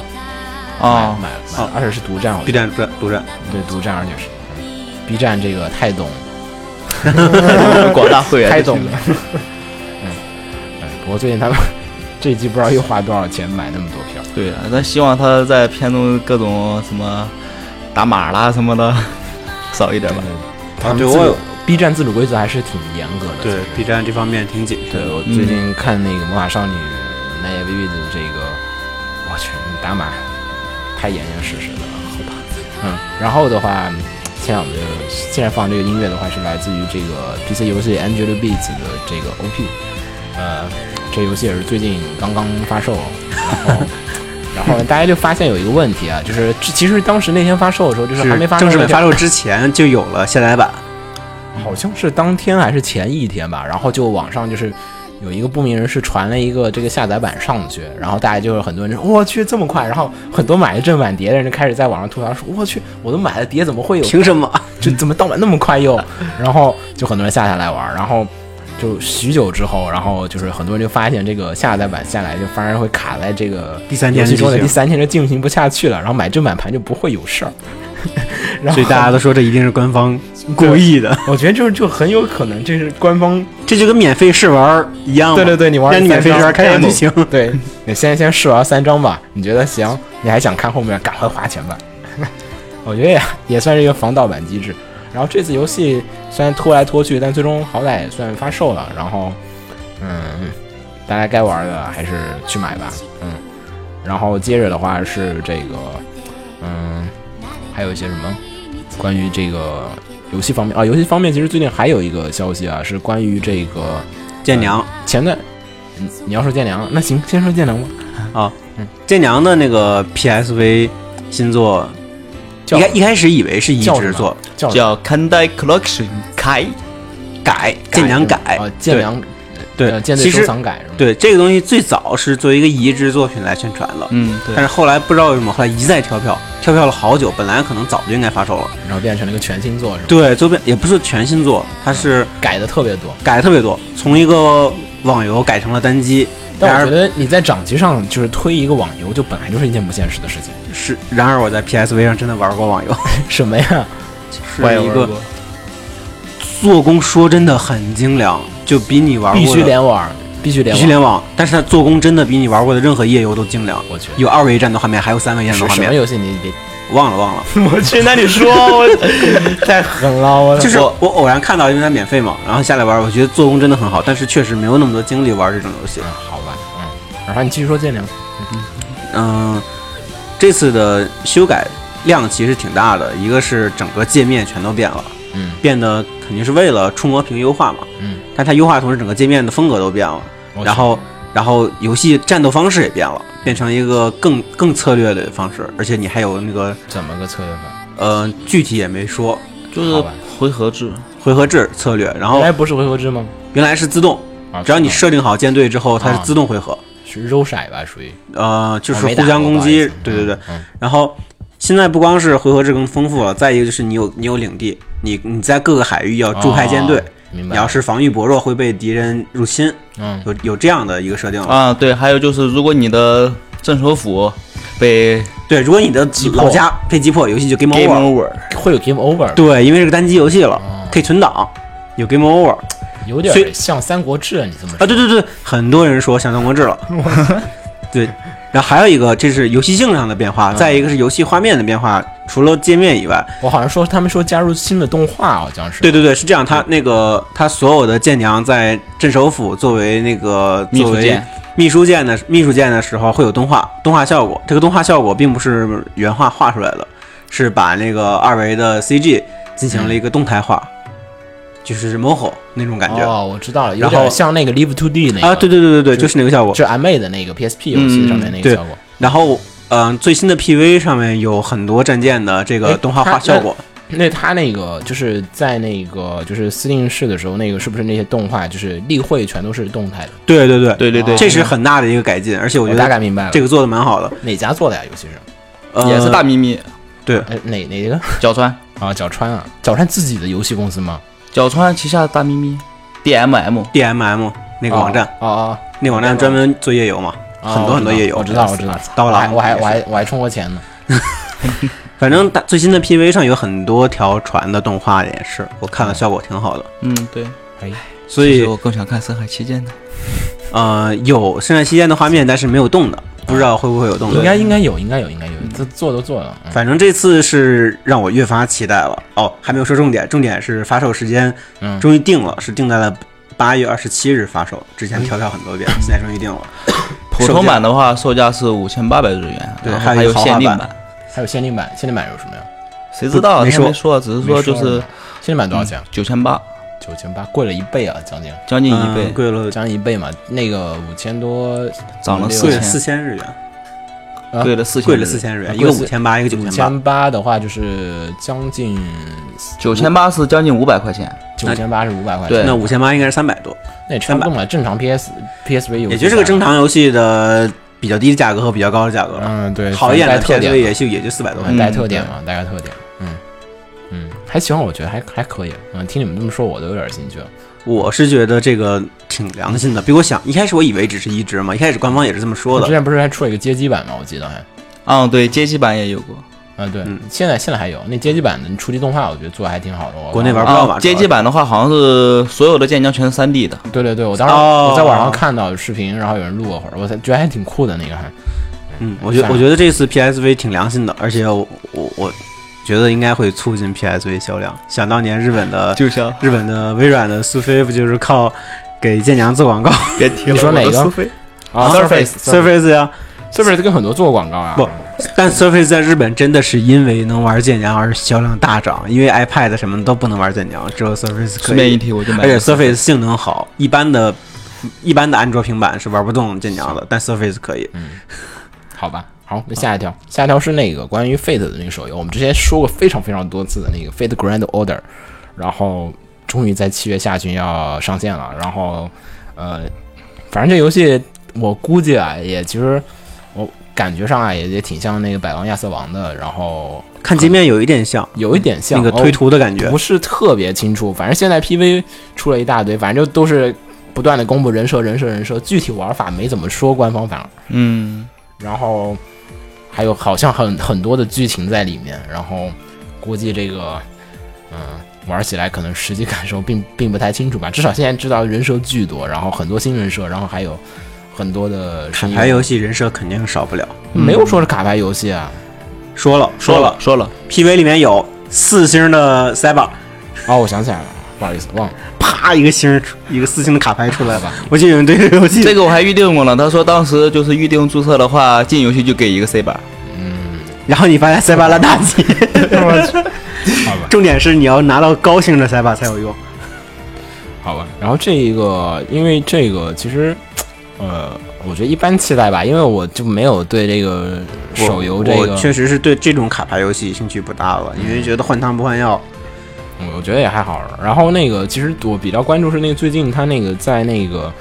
S4: 啊，
S2: 买买了，而哦且是独占，我
S3: B 站独独占。
S2: 对独占，而且是嗯 B 站这个太懂，
S4: 广大会员
S2: 太懂了。嗯，哎，不过最近他们这一季不知道又花多少钱买那么多票，
S4: 对啊，咱希望他在片中各种什么打码啦什么的 少一点吧。
S2: 他们
S3: 对
S2: 自
S3: 我
S2: 主
S3: 有
S2: B 站自主规则还是挺严格的。
S3: 对 B 站这方面挺紧。
S2: 对我最近看那个《魔法少女奈叶薇薇》的这个，我去，你打码太严严实实的了，好吧？嗯，然后的话，现在我们就现在放这个音乐的话是来自于这个 PC 游戏 Angel Beats 的这个 OP，呃，这游戏也是最近刚刚发售，然 后。然后呢，大家就发现有一个问题啊，就是其实当时那天发售的时候，就是还没
S3: 是
S2: 发售
S3: 正式
S2: 那
S3: 版
S2: 天
S3: 发售之前就有了下载版，
S2: 好像是当天还是前一天吧，然后就网上就是有一个不明人士传了一个这个下载版上去，然后大家就是很多人说我去这么快，然后很多买了正版碟的人就开始在网上吐槽说我去我都买了碟怎么 会有
S3: 凭什么？
S2: 就怎么盗版那么快又，然后就很多人下下来玩儿，然后就许久之后，然后就是很多人就发现这个下载版下来就反而会卡在这个
S3: 第三天
S2: 游戏中的
S3: 就行
S2: 第三天就进行不下去了，然后买正版盘就不会有事儿。然后
S3: 所以大家都说这一定是官方故意的。
S2: 我觉得就是就很有可能这是官方
S3: 这就跟免费试玩儿一样嘛，
S2: 对对对你玩
S3: 让你免费试玩儿
S2: 三
S3: 看
S2: 张
S3: 上去行。
S2: 对，你先先试玩三张吧，你觉得行，你还想看后面，赶快花钱吧。 我觉得也也算是一个防盗版机制。然后这次游戏虽然拖来拖去，但最终好歹也算发售了。然后，嗯，大家该玩的还是去买吧，嗯。然后接着的话是这个，嗯，还有一些什么关于这个游戏方面啊，游戏方面其实最近还有一个消息啊，是关于这个
S3: 剑娘
S2: 前段，嗯你要说剑良，那行，先说剑良吧。
S3: 啊
S2: 嗯，
S3: 剑娘的那个 PSV 新作，
S2: 叫
S3: 一开一开始以为是移植作，
S2: 叫什么
S4: 叫 Candy Collection 开，
S3: 改剑娘改
S2: 啊，剑良
S3: 对
S2: 呃剑
S3: 对，
S2: 内
S3: 其
S2: 收
S3: 实
S2: 藏改是吗？
S3: 对这个东西最早是作为一个移植作品来宣传的，
S4: 嗯，对
S3: 但，是后来不知道为什么，后来一再跳票，跳票了好久，本来可能早就应该发售了。
S2: 然后变成了一个全新作是吗？
S3: 对，周边也不是全新作，它是
S2: 改的特别多，
S3: 改的特别多，从一个网游改成了单机，然
S2: 但我觉
S3: 而
S2: 得你在掌机上就是推一个网游，就本来就是一件不现实的事情。
S3: 是然而我在 PSV 上真的玩过网游，
S2: 什么呀？
S3: 是
S4: 我也
S3: 一
S4: 玩
S3: 个
S4: 过
S3: 做工说真的很精良，就比你玩过
S2: 必
S3: 的
S2: 须联网，必须联
S3: 必须
S2: 网。
S3: 联网，但是它做工真的比你玩过的任何页游都精良。
S2: 我去，
S3: 有二维战斗画面，还有三维战斗
S2: 是
S3: 画
S2: 什么
S3: 面，
S2: 游戏？你别
S3: 忘了忘了。
S4: 我去，那你说 我太
S2: 狠了，呃我
S3: 就是我偶然看到，因为它免费嘛，然后下来玩，我觉得做工真的很好，但是确实没有那么多精力玩这种游戏。
S2: 嗯，好吧，嗯，然后你继续说剑灵，
S3: 嗯、这次的修改量其实挺大的，一个是整个界面全都变了，
S2: 嗯，
S3: 变得肯定是为了触摸屏优化嘛，
S2: 嗯，
S3: 但它优化的同时整个界面的风格都变了，
S2: 我
S3: 然后然后游戏战斗方式也变了，变成一个更更策略的方式，而且你还有那个
S2: 怎么个策略法？
S3: 呃具体也没说
S4: 就是
S2: 好吧
S4: 回合制，
S3: 回合制策略，然
S2: 原
S3: 后
S2: 来不是回合制吗？
S3: 原来是自动，
S2: 啊，
S3: 只要你
S2: 是
S3: 设定好舰队之后，它是
S2: 啊
S3: 自动回合，
S2: 是揉骰吧，属于
S3: 呃，就是
S2: 我啊没
S3: 互
S2: 打
S3: 相
S2: 过
S3: 攻
S2: 不好意
S3: 击
S2: 思，
S3: 对对对，
S2: 嗯
S3: 然后现在不光是回合制更丰富了，再一个就是你有你有领地，你你在各个海域要驻呃派舰队，
S2: 哦明白。
S3: 你要是防御薄弱会被敌人入侵，
S2: 嗯，
S3: 有有这样的一个设定了。
S4: 啊，对，还有就是如果你的镇守府被
S3: 对，如果你的
S2: 破
S3: 老家被击破，游戏就 game
S4: game
S3: over 了。
S4: over，
S2: 会有 game over，
S3: 对，因为是个单机游戏了
S2: 哦，
S3: 可以存档，有 game over 啊！
S2: 有
S3: 所以
S2: 点像三国志啊，你这么说
S3: 对对对，很多人说像《三国志》了。对，然后还有一个，这是游戏性上的变化，再一个是游戏画面的变化。除了界面以外，
S2: 我好像说他们说加入新的动画，好像是
S3: 对对对，是这样。他那个他所有的舰娘在镇守府作为那个
S4: 秘
S3: 作
S4: 书
S3: 为
S4: 舰
S3: 秘书舰的秘书舰的时候会有动画动画效果，这个动画效果并不是原画画出来的，是把那个二维的 CG 进行了一个动态化，就是 moho 那种感觉、
S2: 哦，我知道了，有
S3: 然后
S2: 点像那个 Live to D 那个
S3: 啊。对对对对对，就是那个效果。
S2: 就 M A 的那个 P S P 游戏上面那个
S3: 对
S2: 效果。
S3: 然后嗯、呃最新的 PV 上面有很多战舰的这
S2: 哎
S3: 个动画
S2: 它
S3: 化效果。
S2: 那他那个就是在那个就是司令室的时候，那个是不是那些动画就是例会全都是动态的？
S3: 对对对，
S4: 对对对，
S3: 这是很大的一个改进，而且我觉
S2: 大概
S3: 得
S2: 明白了，
S3: 这个做的蛮好的。
S2: 哪家做的呀？游戏是
S3: 呃、
S4: 也是大咪咪，
S2: 哎哪哪个
S4: 角川，
S2: 啊？角川啊，角川自己的游戏公司吗？
S4: 角川旗下的大咪咪，DMM，
S3: DMM 那个网站。
S2: 哦哦，
S3: 那网站专门做夜游嘛，
S2: 哦
S3: 很多很多夜游，
S2: 我知道我知道，
S3: 刀
S2: 哦我还
S3: 郎，
S2: 我还我还，我还充过钱呢。
S3: 反正大最新的 PV 上有很多条船的动画演示，我看了效果挺好的，
S4: 嗯，对，
S2: 哎
S3: 所
S4: 其
S3: 以
S4: 实我更想看《深海旗舰》的，
S3: 呃有圣战期间的画面，但是没有动的，不知道会不会有动
S2: 应
S3: 的。
S2: 该应该有，应该有，应该有，这做都做了。嗯
S3: 反正这次是让我越发期待了。哦，还没有说重点，重点是发售时间
S2: 嗯，
S3: 终于定了，是定在了八月二十七日发售，之前跳跳很多遍，现在终于定了。
S4: 普通版的话售价是五千八百日元，
S3: 对
S4: 然后
S3: 还有
S4: 还有
S3: 豪华
S4: 限定
S3: 版
S4: 版，
S2: 还有限定版，限定版有什么呀？
S4: 谁知道
S3: 没
S4: 他
S3: 说
S4: 没说，啊只是说就是嗯
S2: 限定版多少钱？啊
S4: 九千八，
S2: 九千八，贵了一倍啊，将近
S4: 将近一
S3: 嗯
S4: 倍，
S3: 贵了
S2: 将近一倍嘛。那个五千多，
S4: 涨了
S2: 贵
S4: 四
S3: 贵了
S4: 千
S3: 四，千日元，
S2: 啊
S4: 贵了四千，
S3: 嗯贵了四，千日元，一
S2: 贵
S3: 个
S2: 了四
S3: 五千八，一个九
S2: 五
S3: 千八。
S2: 千八的话就是将近
S4: 九千八是将近五百块钱，
S2: 九千八是五百块钱，
S4: 对
S3: 那五千八应该是三百多，
S2: 那也吃不动了。正常 PS PSV 游戏，
S3: 也就是个正。常游戏的比较低的价格和比较高的价格了。
S2: 嗯，对，
S3: 好一点
S2: 带
S3: 的
S2: 特
S3: PSV
S2: 点
S3: 也就也就四百多
S2: 嘛，
S3: 块
S2: 嗯
S3: 钱。
S2: 带特点嘛，带个特点。嗯嗯，还行，我觉得还还可以。嗯，听你们这么说，我都有点兴趣了。
S3: 我是觉得这个挺良心的，比我想一开始我以为只是移植嘛，一开始官方也是这么说
S2: 我之
S3: 的。
S2: 前不是还出了一个街机版吗？我记得还。
S4: 嗯，对，街机版也有过，
S2: 啊，对
S3: 嗯，
S2: 现在现在还有那街机版的初级动画，我觉得做的还挺好的。我
S3: 国内玩
S2: 我
S3: 不到吧
S4: 啊街机版的话好像是所有的剑娘全是三 D 的，
S2: 对对对，我当时
S3: 哦
S2: 我在网上看到视频，然后有人录了会儿，我才觉得还挺酷的那个还。
S3: 嗯，我觉得我觉得这次 PSV 挺良心的，而且我我我觉得应该会促进 PSV 销量。想当年日本的
S4: 就像
S3: 日本的微软的苏菲不就是靠给剑娘做广告
S4: 别提了，
S2: 你说哪个
S4: 我的苏菲
S2: 啊 Surface
S3: Surface 呀？
S2: Surface 跟很多做过广告啊。
S3: 不但 Surface 在日本真的是因为能玩剑娘而销量大涨，因为 iPad 什么都不能玩剑娘，只有 Surface 可
S4: 顺便一
S3: 以。
S4: 提我就买
S3: 而且
S4: 了，
S3: Surface 性能好，一般的、一般的安卓平板是玩不动剑娘的，但 Surface 可以。
S2: 好吧，好，那下一条，下一条是那个关于 Fate 的那个手游，我们之前说过非常非常多次的那个 Fate Grand Order，然后终于在七月下旬要上线了，然后呃，反正这游戏我估计啊，也其实我感觉上啊，也也挺像那个百王亚瑟王的，然后
S3: 看界面有一点像哦
S2: 有一点像
S3: 那个推图的感觉
S2: 不，是特别清楚，反正现在 PV 出了一大堆，反正就都是不断的公布人设、人设、人设，具体玩法没怎么说，官方反而。
S4: 嗯，
S2: 然后还有好像很很多的剧情在里面，然后估计这个嗯玩起来可能实际感受并 并不太清楚吧，至少现在知道人设巨多，然后很多新人设，然后还有很多的
S3: 卡
S2: 声
S3: 牌
S2: 优，
S3: 游戏人设肯定少不了。
S2: 没有说是卡牌游戏啊，
S3: 说了
S4: 说了说了，
S3: ，PV 里面有四星的 Cyber，
S2: 哦，我想起来了，不好意思，忘了。
S3: 啪一个星儿一个四星的卡牌出 来
S2: 好吧
S3: 了，我就有人对这个游戏
S4: 这个我还预定过呢。他说当时就是预定注册的话，进游戏就给一个 C 版。
S3: 然后你发现塞巴拉大吉，
S2: 我去，好吧，
S3: 重点是你要拿到高星的塞巴才有用。
S2: 好吧。然后这一个，因为这个其实，呃，我觉得一般期待吧，因为我就没有对这个
S3: 我
S2: 手游这个
S3: 我，确实是对这种卡牌游戏兴趣不大了，因为觉得换汤不换药。
S2: 我我觉得也还好。然后那个，其实我比较关注是那个最近他那个在那个。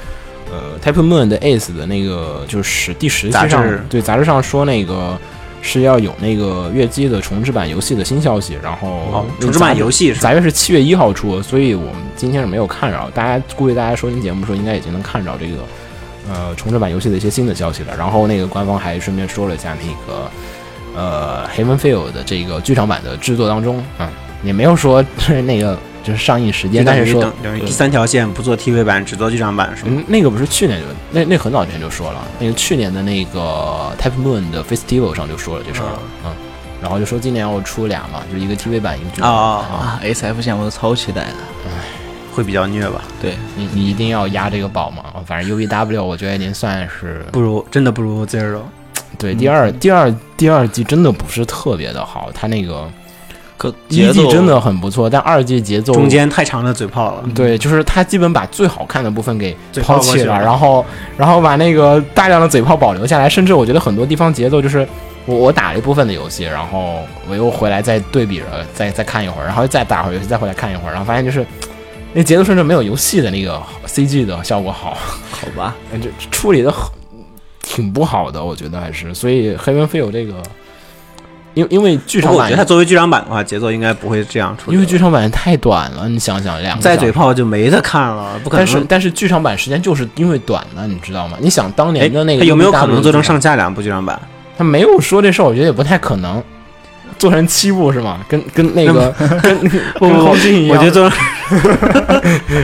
S2: 呃，Type Moon 的 Ace 的那个就是第十期
S3: 杂
S2: 上
S3: 志
S2: 对杂志上说那个是要有那个月姬的重置版游戏的新消息，然后、
S3: 哦重置版游戏是吧
S2: 杂月是七月一号出，所以我们今天是没有看着，大家估计大家收听节目的时候应该已经能看着这个呃重置版游戏的一些新的消息了。然后那个官方还顺便说了一下那个呃 Havenfield 的这个剧场版的制作当中，嗯，也没有说是那个就是上映时
S3: 就
S2: 间，但
S3: 等
S2: 是
S3: 于
S2: 说
S3: 等等于第三条线不做 TV 版，只做剧场版是吗？
S2: 嗯，那个不是去年就那那很早之前就说了，那个去年的那个 Type Moon 的 Festival 上就说了这
S3: 啊
S2: 事儿了，嗯，然后就说今年要出俩嘛，就一个 TV 版，一个剧
S3: 啊
S2: 场版。
S3: 啊啊，
S4: 啊，S F 线我是超期待的。
S3: 会比较虐吧？
S4: 对，
S2: 你你一定要压这个宝嘛，反正 UBW 我觉得您算是
S3: 不如真的不如 Zero。嗯
S2: 对第二第二第二季真的不是特别的好，它那个
S4: 个
S2: 一
S4: 节
S2: 季
S4: 奏
S2: 真的很不错，但二季节奏
S3: 中间太长的嘴炮了。
S2: 对，就是他基本把最好看的部分给
S3: 嗯嘴
S2: 抛
S3: 炮过
S2: 弃
S3: 去
S2: 了，
S3: 了
S2: 然后然后把那个大量的嘴炮保留下来，甚至我觉得很多地方节奏就是我我打了一部分的游戏，然后我又回来再对比着再再看一会儿，然后再打会儿游戏，再回来看一会儿，然后发现就是那节奏甚至没有游戏的那个 CG 的效果好，
S4: 好吧，
S2: 就处理的很挺不好的，我觉得还是，所以黑文飞有这个，因为因为剧
S3: 不
S2: 场
S3: 过我觉得它
S2: 版。
S3: 作为剧场版的话，节奏应该不会这样出。
S2: 因为剧场版太短了，你想想两个
S3: 再
S2: 小时
S3: 嘴炮就没得看了，不可能。
S2: 但是但是剧场版时间就是因为短呢，你知道吗？你想当
S3: 哎，
S2: 年的那个
S3: 它有没有可
S2: UW
S3: 能做成上下两部剧场版？
S2: 他没有说这事儿，我觉得也不太可能。做成七部是吗？跟跟那个 跟
S3: 不
S2: 跟
S3: 不
S2: 后进一
S3: 我
S2: 样，
S3: 觉得做成，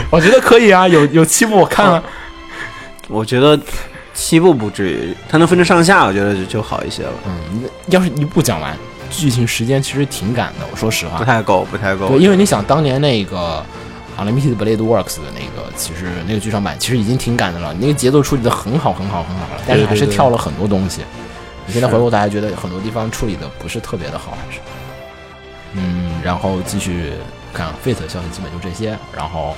S2: 我觉得可以啊，有有七部我看了。
S3: 我觉得七部不至于，它能分成上下，我觉得就就好一些了。
S2: 嗯，要是一部讲完，剧情时间其实挺赶的。我说实话
S3: 不，太够，不太够。
S2: 对，因为你想当年那个。啊 Limited Blade Works 的那个，其实那个剧场版其实已经挺赶的了，那个节奏处理的很好，很好，很好了，但是还是
S4: 对对对
S2: 跳了很多东西。你现在回过头来，觉得很多地方处理的不是特别的好，还是。嗯，然后继续看 Fate 的消息，基本就这些。然后，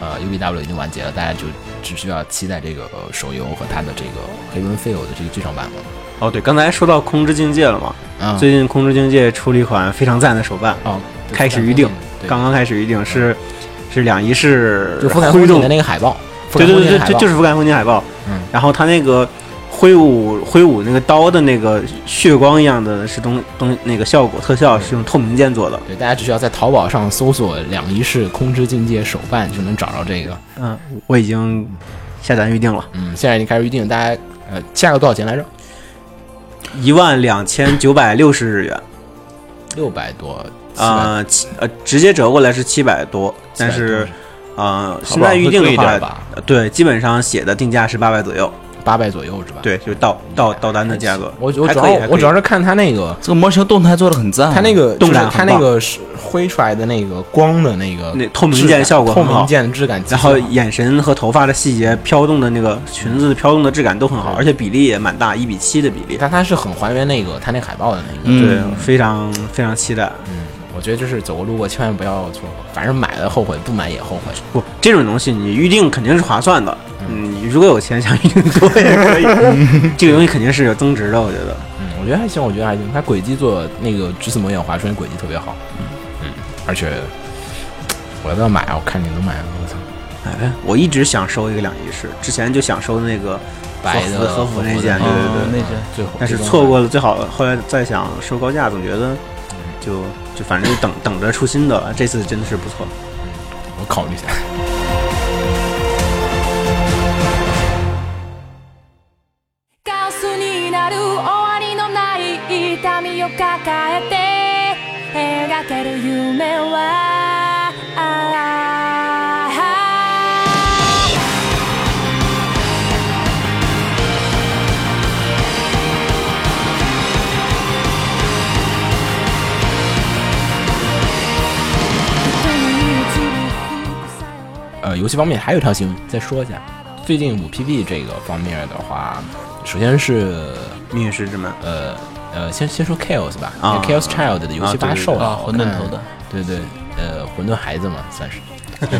S2: 呃，UBW 已经完结了，大家就只需要期待这个呃手游和它的这个黑文 Feel 的这个剧场版了。
S3: 哦，对，刚才说到空之境界了嘛，
S2: 啊、
S3: 最近空之境界出了一款非常赞的手办，
S2: 哦，
S3: 开始预定，
S2: 对
S3: 刚刚开始预定是是两仪式
S2: 就覆盖
S3: 挥
S2: 空
S3: 动
S2: 景的那个海报，覆
S3: 对
S2: 盖
S3: 对
S2: 空景
S3: 对
S2: 的海
S3: 对，
S2: 报
S3: 就是覆盖风景海报。
S2: 嗯
S3: 然后他那个挥舞挥舞那个刀的那个血光一样的是东东那个效果特效是用透明件做的。
S2: 对，大家只需要在淘宝上搜索“两仪式空之境界手办”就能找着这个。
S3: 嗯，我已经下单预定了，
S2: 嗯，现在已经开始预定，大家呃，价格多少钱来着？
S3: 一万两千九百六十日元，
S2: 六百多，700
S3: 啊，七呃直接折过来是七百多，但是呃现在预定的
S4: 会贵一点
S3: 话
S2: 吧，
S3: 呃对，基本上写的定价是八百左右，
S2: 八百左右是吧？
S3: 对，就是到到到单的价格。
S2: 我我
S3: 还
S2: 主
S3: 可以，
S2: 要
S3: 还可以嗯
S2: 我主要是看它那个。
S4: 这个模型动态做的很赞啊。
S2: 它那个就
S3: 动
S2: 是
S3: 感
S2: 它
S3: 很
S2: 那
S3: 棒
S2: 个是挥出来的那个光的那个
S3: 那透明
S2: 质
S3: 件
S2: 感
S3: 效果
S2: 透
S3: 很好
S2: 明件质感极其
S3: 然
S2: 好，
S3: 后眼神和头发的细节、飘动的那个裙子飘动的质感都很好，而且比例也蛮大，一比七的比例。
S2: 但它是很还原那个它那海报的那个。嗯
S4: 嗯
S3: 对，非常非常期待。
S2: 我觉得就是走过路过千万不要错过，反正买了后悔，不买也后悔。
S3: 不，这种东西你预定肯定是划算的。嗯，你如果有钱想预定多也可 以。这个东西肯定是有增值的，我觉得。
S2: 嗯，我觉得还行，我觉得还行。它轨迹做那个直子魔眼滑栓轨迹特别好，嗯，而且我要不要买啊？我看你能买吗？我操，
S3: 哎，我一直想收一个两仪式，之前就想收那个
S2: 白
S3: 和
S2: 的哦
S3: 服和服那件，
S2: 和服的
S3: 对
S2: 嗯
S3: 对对。
S4: 那件
S2: 最后
S3: 但是
S2: 最终
S3: 错过了最好，后来再想收高价，总觉
S2: 嗯
S3: 得就就反正就等等着出新的了。这次真的是不错。
S2: 我考虑一下。
S1: カオスになる終わりのない痛みを抱えて描ける夢は人に移り
S2: 呃游戏方面还有一条新闻，再说一下。最近五 PB 这个方面的话，首先是
S3: 命运石之门
S2: 呃呃，先先说 Chaos 吧、
S3: 啊
S2: c h a o s Child 的游戏发售了，
S4: 啊
S2: 我
S4: 混
S2: 看
S4: 沌头的，
S2: 对对，呃，混沌孩子嘛，算是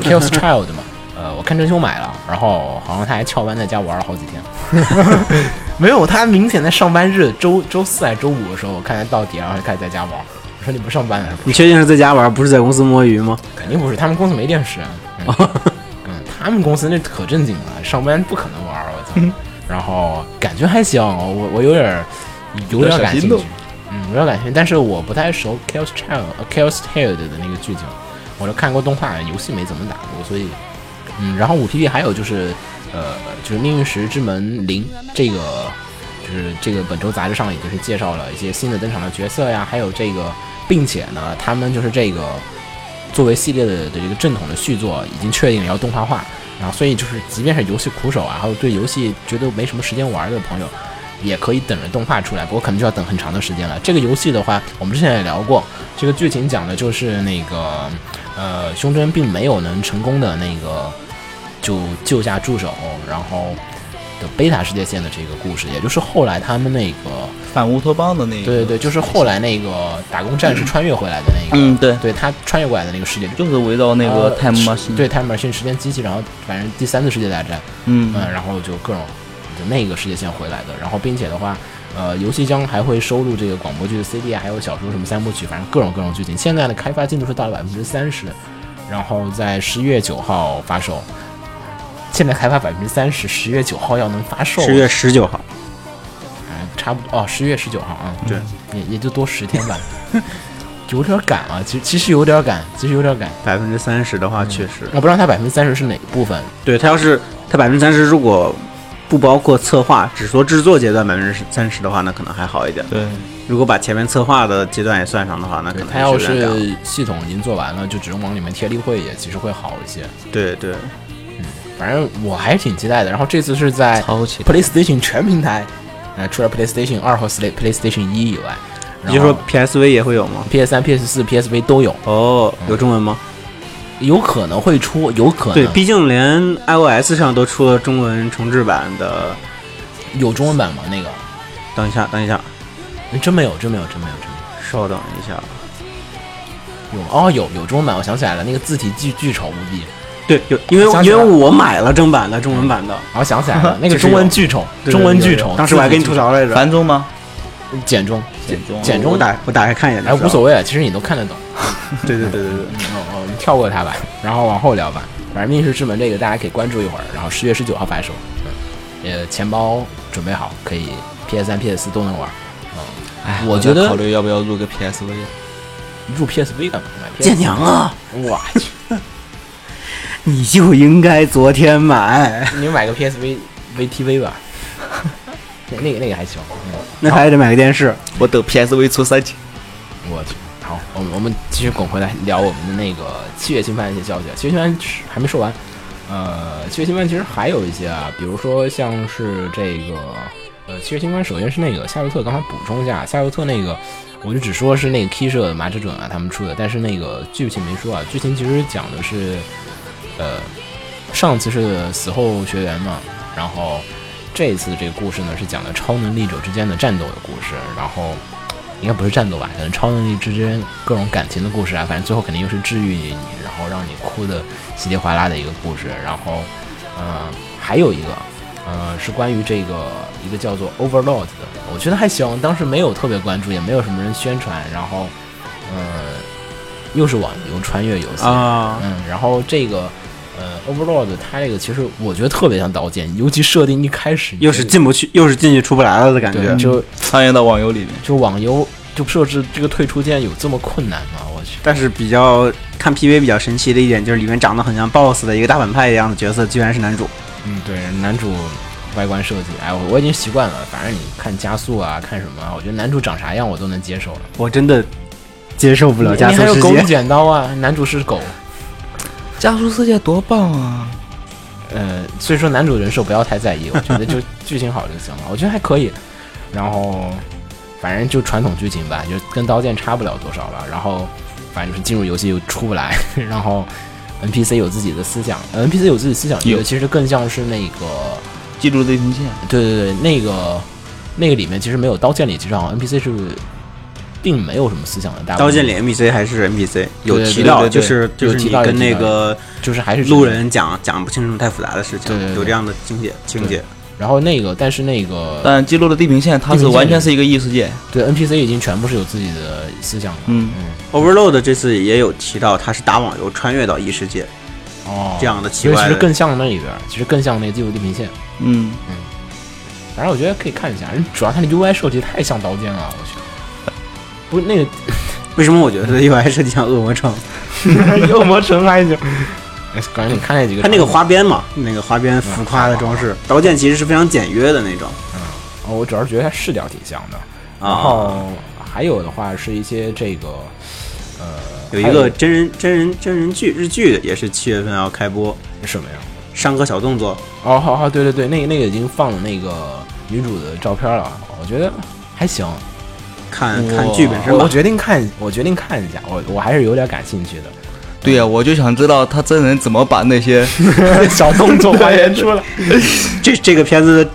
S2: Chaos Child 嘛。呃，我看真凶买了，然后好像他还翘班在家玩了好几天。 没有，他明显在上班日，周周四还是周五的时候，我看他到底，然后就开始在家玩。我说你不上班啊？他说
S3: 你确定是在家玩，不是在公司摸鱼吗？
S2: 肯定不是，他们公司没电 视。嗯，嗯他们公司那可正经了，上班不可能玩儿，我操。
S4: 嗯
S2: 然后感觉还行，我我有点儿有点儿感兴
S4: 有点小心动
S2: 趣，嗯，有点儿感兴趣，但是我不太熟 Chaos Child、Chaos 呃 Child 的那个剧情，我就看过动画，游戏没怎么打过，所以嗯，然后五 P P 还有就是呃，就是命运石之门零这个。就是这个本周杂志上也就是介绍了一些新的登场的角色呀，还有这个，并且呢，他们就是这个作为系列的的这个正统的续作，已经确定了要动画化。然后，所以就是，即便是游戏苦手啊，还有对游戏觉得没什么时间玩的朋友，也可以等着动画出来。不过可能就要等很长的时间了。这个游戏的话，我们之前也聊过，这个剧情讲的就是那个，呃，胸针并没有能成功的那个就救下助手，然后的贝塔世界线的这个故事，也就是后来他们那个，
S4: 反乌托邦的那个，
S2: 对对对，就是后来那个打工战士穿越回来的那个，
S4: 嗯对，
S2: 对他穿越过来的那个世界，
S4: 就是围绕那个
S2: 呃
S4: time
S2: 是
S4: machine，
S2: 对 Time Machine 时间机器，然后反正第三次世界大战，
S4: 嗯
S2: 嗯，然后就各种就那个世界线回来的，然后并且的话，呃，游戏将还会收录这个广播剧的 CD，还有小说什么三部曲，反正各种各种剧情。现在的开发进度是到了百分之三十，然后在十一月九号发售。现在开发百分之三十，十月九号要能发售，
S3: 十月十九号，
S2: 嗯差不多哦，十月十九号啊，
S3: 对，
S2: 也也就多十天吧， 有点赶啊，其实其实有点赶，其实有点赶。
S3: 百分之三十的话，
S2: 嗯
S3: 确实，
S2: 我不知道它百分之三十是哪部分，
S3: 对他要是他百分之三十如果不包括策划，只说制作阶段百分之三十的话，那可能还好一点。
S4: 对，
S3: 如果把前面策划的阶段也算上的话，那可能
S2: 它要
S3: 是有点凉
S2: 是系统已经做完了，就只用往里面贴例会，也其实会好一些。
S3: 对对，
S2: 反正我还是挺期待的。然后这次是在
S4: 超期待
S2: PlayStation 全平台，呃，除了 PlayStation 二和 Play- PlayStation 一以外，
S3: 也就是说 PSV 也会有吗？
S2: PS 三、PS 四、PSV 都有，
S3: 哦，有中文吗？
S2: 有可能会出，有可
S3: 对，
S2: 能
S3: 毕竟连 iOS 上都出了中文重制版的。
S2: 有中文版吗？那个
S3: 等一下，等一下，
S2: 哎真没有，真没有，真没有，真没有。
S3: 稍等一下。
S2: 有吗哦，有有中文版，我想起来了，那个字体巨巨丑无比。
S3: 对，有因为
S2: 想
S3: 因
S2: 起来
S3: 为
S2: 了
S3: 我买了正版的中文版的，
S2: 然后想起来 了，那个
S3: 就是
S2: 中
S3: 有
S2: 文巨丑，中文巨丑。
S3: 当时我还
S2: 字
S3: 跟
S2: 体
S3: 你
S2: 巨
S3: 吐槽来着，
S4: 繁中吗？
S2: 丑，简中，
S4: 简中
S2: 简
S3: 我
S2: 中
S3: 打我打开看一眼
S2: 哎，
S3: 就知道了，
S2: 无所谓，其实你都看得懂。
S3: 对对对对对，
S2: 哦哦，我们跳过它吧，然后往后聊吧。反正《命运之门》这个大家可以关注一会儿，然后十月十九号发售，嗯，呃，钱包准备好，可以 PS 三、PS 四都能玩。
S4: 哎，
S2: 我
S4: 在
S2: 觉得
S4: 考虑要不要入个 PSV，
S2: 入 PSV 干嘛？买 PS
S3: 建娘啊，
S2: 哇，
S3: 你就应该昨天买，
S2: 你买个 PSV VTV 吧， 那那个那个还行。嗯，
S3: 那还得买个电视。
S4: 我等 PSV 出三千，
S2: 我去，好，我们我们继续滚回来聊我们的那个七月新番的一些消息。啊七月新番是还没说完，呃，七月新番其实还有一些啊，比如说像是这个，呃，七月新番首先是那个夏洛特，刚才补充一下，夏洛特那个，我就只说是那个 K 社麻之准啊他们出的，但是那个剧情没说啊，剧情其实讲的是，呃，上次是死后学员嘛，然后这一次的这个故事呢是讲的超能力者之间的战斗的故事，然后。应该不是战斗吧，可能超能力之间各种感情的故事啊，反正最后肯定又是治愈你，然后让你哭的稀里哗啦的一个故事。然后，呃，还有一个，呃，是关于这个一个叫做 Overlord 的，我觉得还行，当时没有特别关注，也没有什么人宣传。然后，呃，又是网游穿越游戏，
S3: 啊，
S2: 嗯，然后这个。呃，Overlord 它这个其实我觉得特别像刀剑，尤其设定一开始你
S3: 又
S2: 觉
S3: 是
S2: 得
S3: 进不去，又是进去出不来了的感
S2: 对，
S3: 觉。
S2: 就
S4: 穿越到网游里面，
S2: 就网游就设置这个退出键有这么困难吗？我去，
S3: 但是比较看 PV 比较神奇的一点，就是里面长得很像 BOSS 的一个大反派一样的角色，居然是男主。
S2: 嗯，对，男主外观设计，哎，我我已经习惯了，反正你看加速啊，看什么啊，我觉得男主长啥样我都能接受了。
S3: 我真的接受不了
S2: 你
S3: 加
S2: 还
S3: 速
S2: 有
S3: 世
S2: 狗与
S3: 界。
S2: 剪刀啊，男主是狗，
S4: 加速世界多棒啊！
S2: 呃，所以说男主人设不要太在意，我觉得就剧情好就行了，我觉得还可以。然后反正就传统剧情 吧，就跟刀剑差不了多少了。然后反正就是进入游戏又出不来，然后 NPC 有自己的思想呃，NPC 有自己思想，这
S4: 有
S2: 个其实更像是那个，
S4: 记住这条线，
S2: 对对对，那个那个里面其实没有《刀剑》里，其实好像 NPC 是并没有什么思想的，大
S3: 《
S2: 部分
S3: 刀剑》里 NPC 还是 NPC 有
S2: 对对
S3: 提到，
S2: 对对
S3: 就是就是
S2: 有
S3: 你
S2: 提到
S3: 跟那
S2: 有提到
S3: 个
S2: 就是还是
S3: 路人讲讲不清楚太复杂的事情
S2: 对对，对
S3: 有这样的情节情节。
S2: 然后那个，但是那个
S4: 但记录的地平线它
S2: 地
S4: 是
S2: 平线
S4: 完全是一个异世界，
S2: 对 NPC 已经全部是有自己的思想了。
S4: 嗯，
S3: Overload 这次也有提到，他是打网游穿越到异世界，
S2: 哦，
S3: 这样的奇
S2: 其实其
S3: 怪
S2: 实
S3: 的。
S2: 更像那里边儿，其实更像那个《记录地平线》。
S4: 嗯，
S2: 反正我觉得可以看一下，主要它的 UI 设计太像《刀剑》了，我去。不是那个
S3: 为什么我觉得 UI 设计像恶魔城？
S2: 恶魔城还行，哎感觉你看那几个，
S3: 它那个花边嘛，那个花边浮夸的 装饰，刀剑其实是非常简约的那种
S2: 哦，我主要是觉得它视角挺像的。然
S3: 啊。
S2: 后还有的话是一些这个
S3: 有一个真人真人真人剧日剧也是七月份要开播，
S2: 什么呀？
S3: 《上课小动作》
S2: 哦，好好，对对对，那个那个已经放了那个女主的照片了，我觉得还行。
S3: 看
S4: 哇
S3: 看剧本身
S2: 我
S3: 吧
S2: 我。决定看，我决定看一下，我我还是有点感兴趣的。
S4: 对呀、我就想知道他真人怎么把那些
S2: 小动作还原出来。
S3: 这这个片子的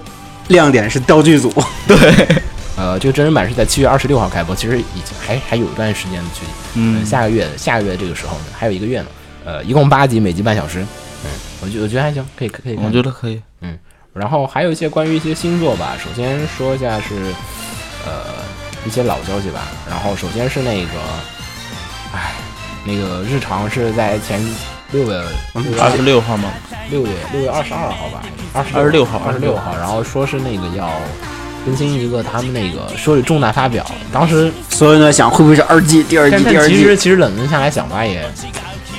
S3: 亮点是道具组，
S2: 呃，这个真人版是在七月二十六号开播，其实已经还还有一段时间的距离。呃
S4: 嗯
S2: 下个月下个月这个时候呢，还有一个月呢。呃，一共八集，每集半小时。嗯，我觉我觉得还行，可以可以看。
S4: 我觉得可以，
S2: 然后还有一些关于一些星座吧，首先说一下是，呃，一些老消息吧。然后首先是那个，哎，那个日常是在前六月
S4: 二十六号吗？
S2: 六月六月二十二号吧，二十
S4: 26号
S2: 二十六号。然后说是那个要更新一个他们那个说有重大发表，当时
S3: 所有人都在想会不会是二季、第二
S2: 但
S3: 季、第
S2: 但
S3: 二
S2: 其
S3: 季
S2: 实。其实冷静下来想吧，也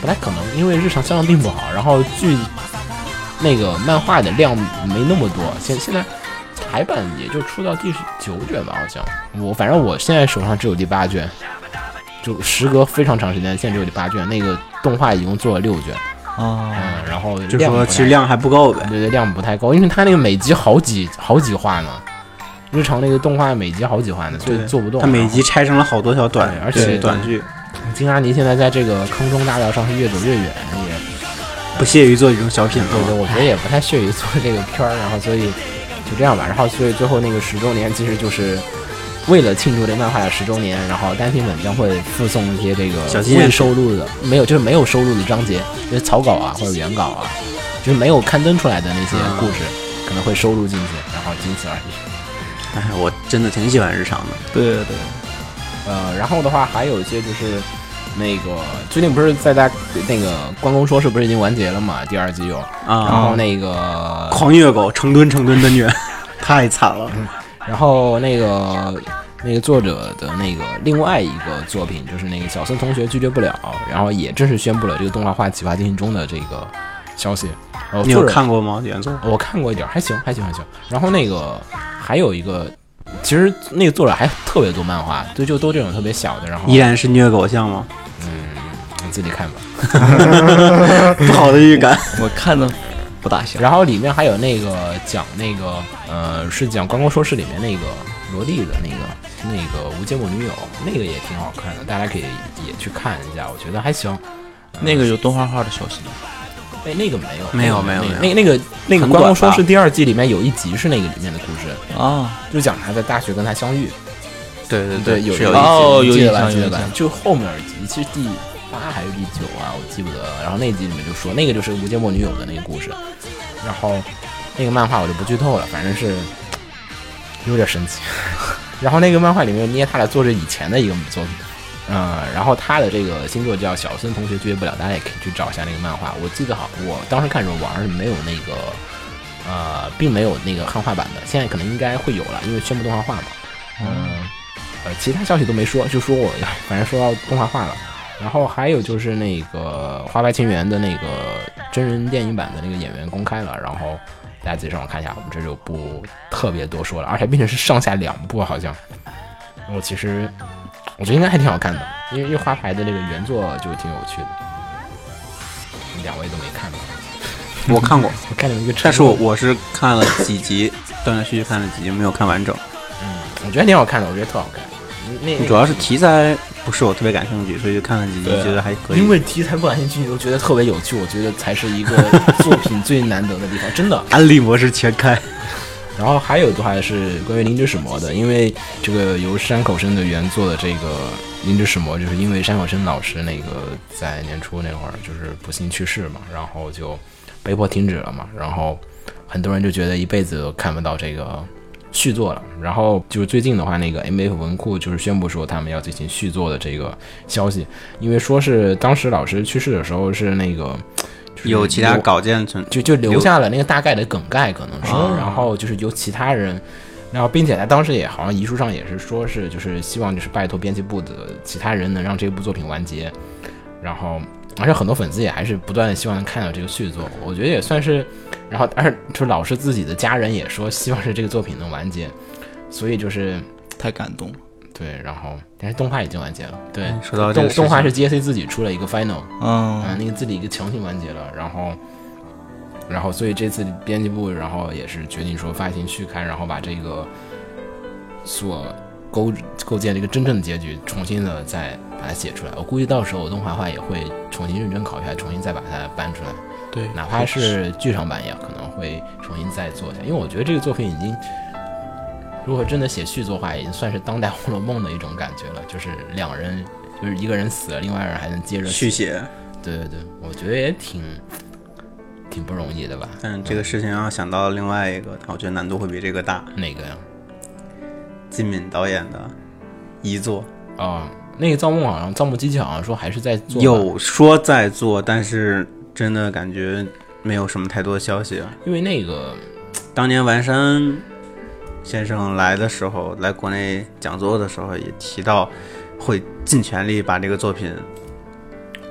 S2: 不太可能，因为日常销量并不好，然后剧那个漫画的量没那么多，现现在台版也就出到第九卷吧，好像我反正我现在手上只有第八卷，就时隔非常长时间，现在只有第八卷，那个动画一共做了六卷，
S4: 啊，
S2: 嗯，然后
S3: 就
S2: 量不
S3: 说
S2: 太
S3: 其实量还不够呗，
S2: 对对量不太够，因为它那个每集好几好几话呢，日常那个动画每集好几话呢，所以做不动，
S3: 它每
S2: 然后
S3: 集拆成了好多条短
S2: 对，而且
S3: 对短剧，
S2: 金阿尼现在在这个坑中大道上是越走越远，也
S3: 嗯不屑于做这种小品
S2: 对对，
S3: 了。
S2: 我觉得也不太屑于做这个片儿，然后所以就这样吧。然后所以最后那个十周年，其实就是为了庆祝这漫画的十周年，然后单行本将会附送一些这个
S3: 小纪念
S2: 未收录的，没有就是没有收录的章节，就是草稿啊或者原稿啊，就是没有刊登出来的那些
S3: 嗯
S2: 故事，可能会收录进去，然后仅此而已。
S3: 哎，我真的挺喜欢日常的。
S4: 对对，
S2: 呃，然后的话还有一些就是那个最近不是在大那个关公说是不是已经完结了嘛？第二季又，然
S3: 啊，
S2: 后那个
S3: 狂虐狗成吨成吨的虐， 太惨了。
S2: 嗯然后那个那个作者的那个另外一个作品就是那个小森同学拒绝不了，然后也正式宣布了这个动画化企划进行中的这个消息。呃，
S3: 你
S2: 作
S3: 有
S2: 者
S3: 看过吗？原作？
S2: 我看过一点儿，还行，还行，还行。然后那个还有一个，其实那个作者还特别多漫画，对，就都这种特别小的，然后
S3: 依然是虐狗 像吗？
S2: 你自己看吧。
S3: 不好的预感。
S4: 我看着不大行，
S2: 然后里面还有那个讲那个呃，是讲《关公说事》里面那个萝莉的那个那个无间道女友，那个也挺好看的，大家可以也去看一下，我觉得还行。
S4: 那个有动画化的消息吗？
S2: 那那个没有，
S3: 没有
S2: 那个
S3: 没
S2: 那个
S3: 有
S2: 那个那个《
S3: 很
S2: 关公
S3: 短
S2: 说
S3: 吧
S2: 事》第二季里面有一集是那个里面的故事，
S4: 啊，
S2: 就讲他在大学跟他相遇。
S3: 对对
S2: 对，有
S3: 是
S2: 一集
S3: 有意思。
S4: 哦有
S2: 记得
S4: 印
S2: 吧
S4: 象
S2: 记得
S4: 有
S2: 吧
S4: 印象
S2: 就后面有一集，其实第八还是第九啊，我记不得了。然后那集里面就说，那个就是无间墨女友的那个故事，然后那个漫画我就不剧透了，反正是有点神奇。 然后那个漫画里面捏他的作者以前的一个作品，嗯，然后他的这个星座叫小森同学拒绝不了，大家也可以去找一下那个漫画。我记得好，我当时看的时候网上是没有那个。呃，并没有那个汉化版的，现在可能应该会有了，因为宣布动画化嘛。嗯，呃，其他消息都没说，就说我哎反正说到动画化了。然后还有就是那个《花牌情缘》的那个真人电影版的那个演员公开了，然后大家自己上网看一下，我们这就不特别多说了，而且并且是上下两部好像。我其实我觉得应该还挺好看的，因为因为花牌的那个原作就挺有趣的。两位都没看吧？
S3: 我看过，
S2: 我看你们一个，
S3: 但是我我是看了几集，断断续续看了几集，没有看完整。
S2: 我觉得挺好看的，我觉得特好看。那那
S3: 主要是题材不是我特别感兴趣，所以就看看几集，
S4: 对啊
S3: 觉得还可以。
S2: 因为题材不感兴趣，你都觉得特别有趣，我觉得才是一个作品最难得的地方，真的。
S3: 安利模式全开，
S2: 然后还有的话是关于《灵之使魔》的，因为这个由山口生的原作的这个《灵之使魔》，就是因为山口生老师那个在年初那会儿就是不幸去世嘛，然后就被迫停止了嘛，然后很多人就觉得一辈子都看不到这个续作了。然后就是最近的话，那个 MF 文库就是宣布说他们要进行续作的这个消息，因为说是当时老师去世的时候是那个。就是
S3: 有其他稿件存，
S2: 就就留下了那个大概的梗概，可能是，
S3: 啊
S2: 然后就是由其他人，然后并且他当时也好像遗书上也是说是就是希望就是拜托编辑部的其他人能让这部作品完结，然后而且很多粉丝也还是不断的希望看到这个续作，我觉得也算是，然后而就是老师自己的家人也说希望是这个作品能完结，所以就是
S4: 太感动了。
S2: 对，然后但是动画已经完结了，对，
S3: 嗯说到这
S2: 动
S3: 个事情
S2: 动画是 J C 自己出了一个 final，啊，
S4: 嗯，
S2: 那个自己一个强行完结了，然后，然后所以这次编辑部然后也是决定说发行续刊，然后把这个所构构建这个真正的结局重新的再把它写出来。我估计到时候动画化也会重新认真考虑一下，重新再把它搬出来，
S4: 对
S2: 哪怕是剧场版也可能会重新再做一下，因为我觉得这个作品已经。如果真的写续作的话，已经算是当代《红楼梦》的一种感觉了，就是两人，就是一个人死了，另外人还能接着写
S3: 续写。
S2: 对对对，我觉得也挺挺不容易的吧？
S3: 但这个事情要想到另外一个，我觉得难度会比这个大。
S2: 哪个呀？
S3: 金敏导演的遗作
S2: 哦，那个造梦好像造梦机器好像说还是在做吧，
S3: 有说在做，但是真的感觉没有什么太多的消息。
S2: 因为那个
S3: 当年完山先生来的时候，来国内讲座的时候也提到，会尽全力把这个作品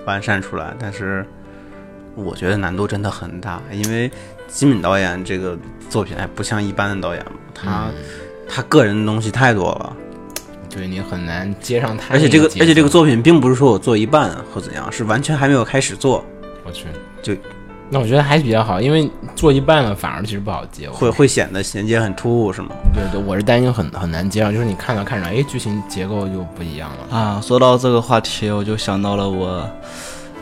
S3: 完善出来，但是我觉得难度真的很大，因为金敏导演这个作品还不像一般的导演嘛，
S4: 嗯
S3: 他、他个人的东西太多了，
S2: 对你很难接上他
S3: 而
S2: 那节
S3: 且
S2: 奏，
S3: 这个而且这个作品并不是说我做一半啊或怎样，是完全还没有开始做，
S2: 我去
S3: 就。
S2: 那我觉得还比较好，因为做一半了反而其实不好接。我
S3: 会会显得衔接很突兀，是吗？
S2: 对对，我是担心很很难接上，就是你看着看着，哎，剧情结构就不一样了。
S4: 啊，说到这个话题，我就想到了我，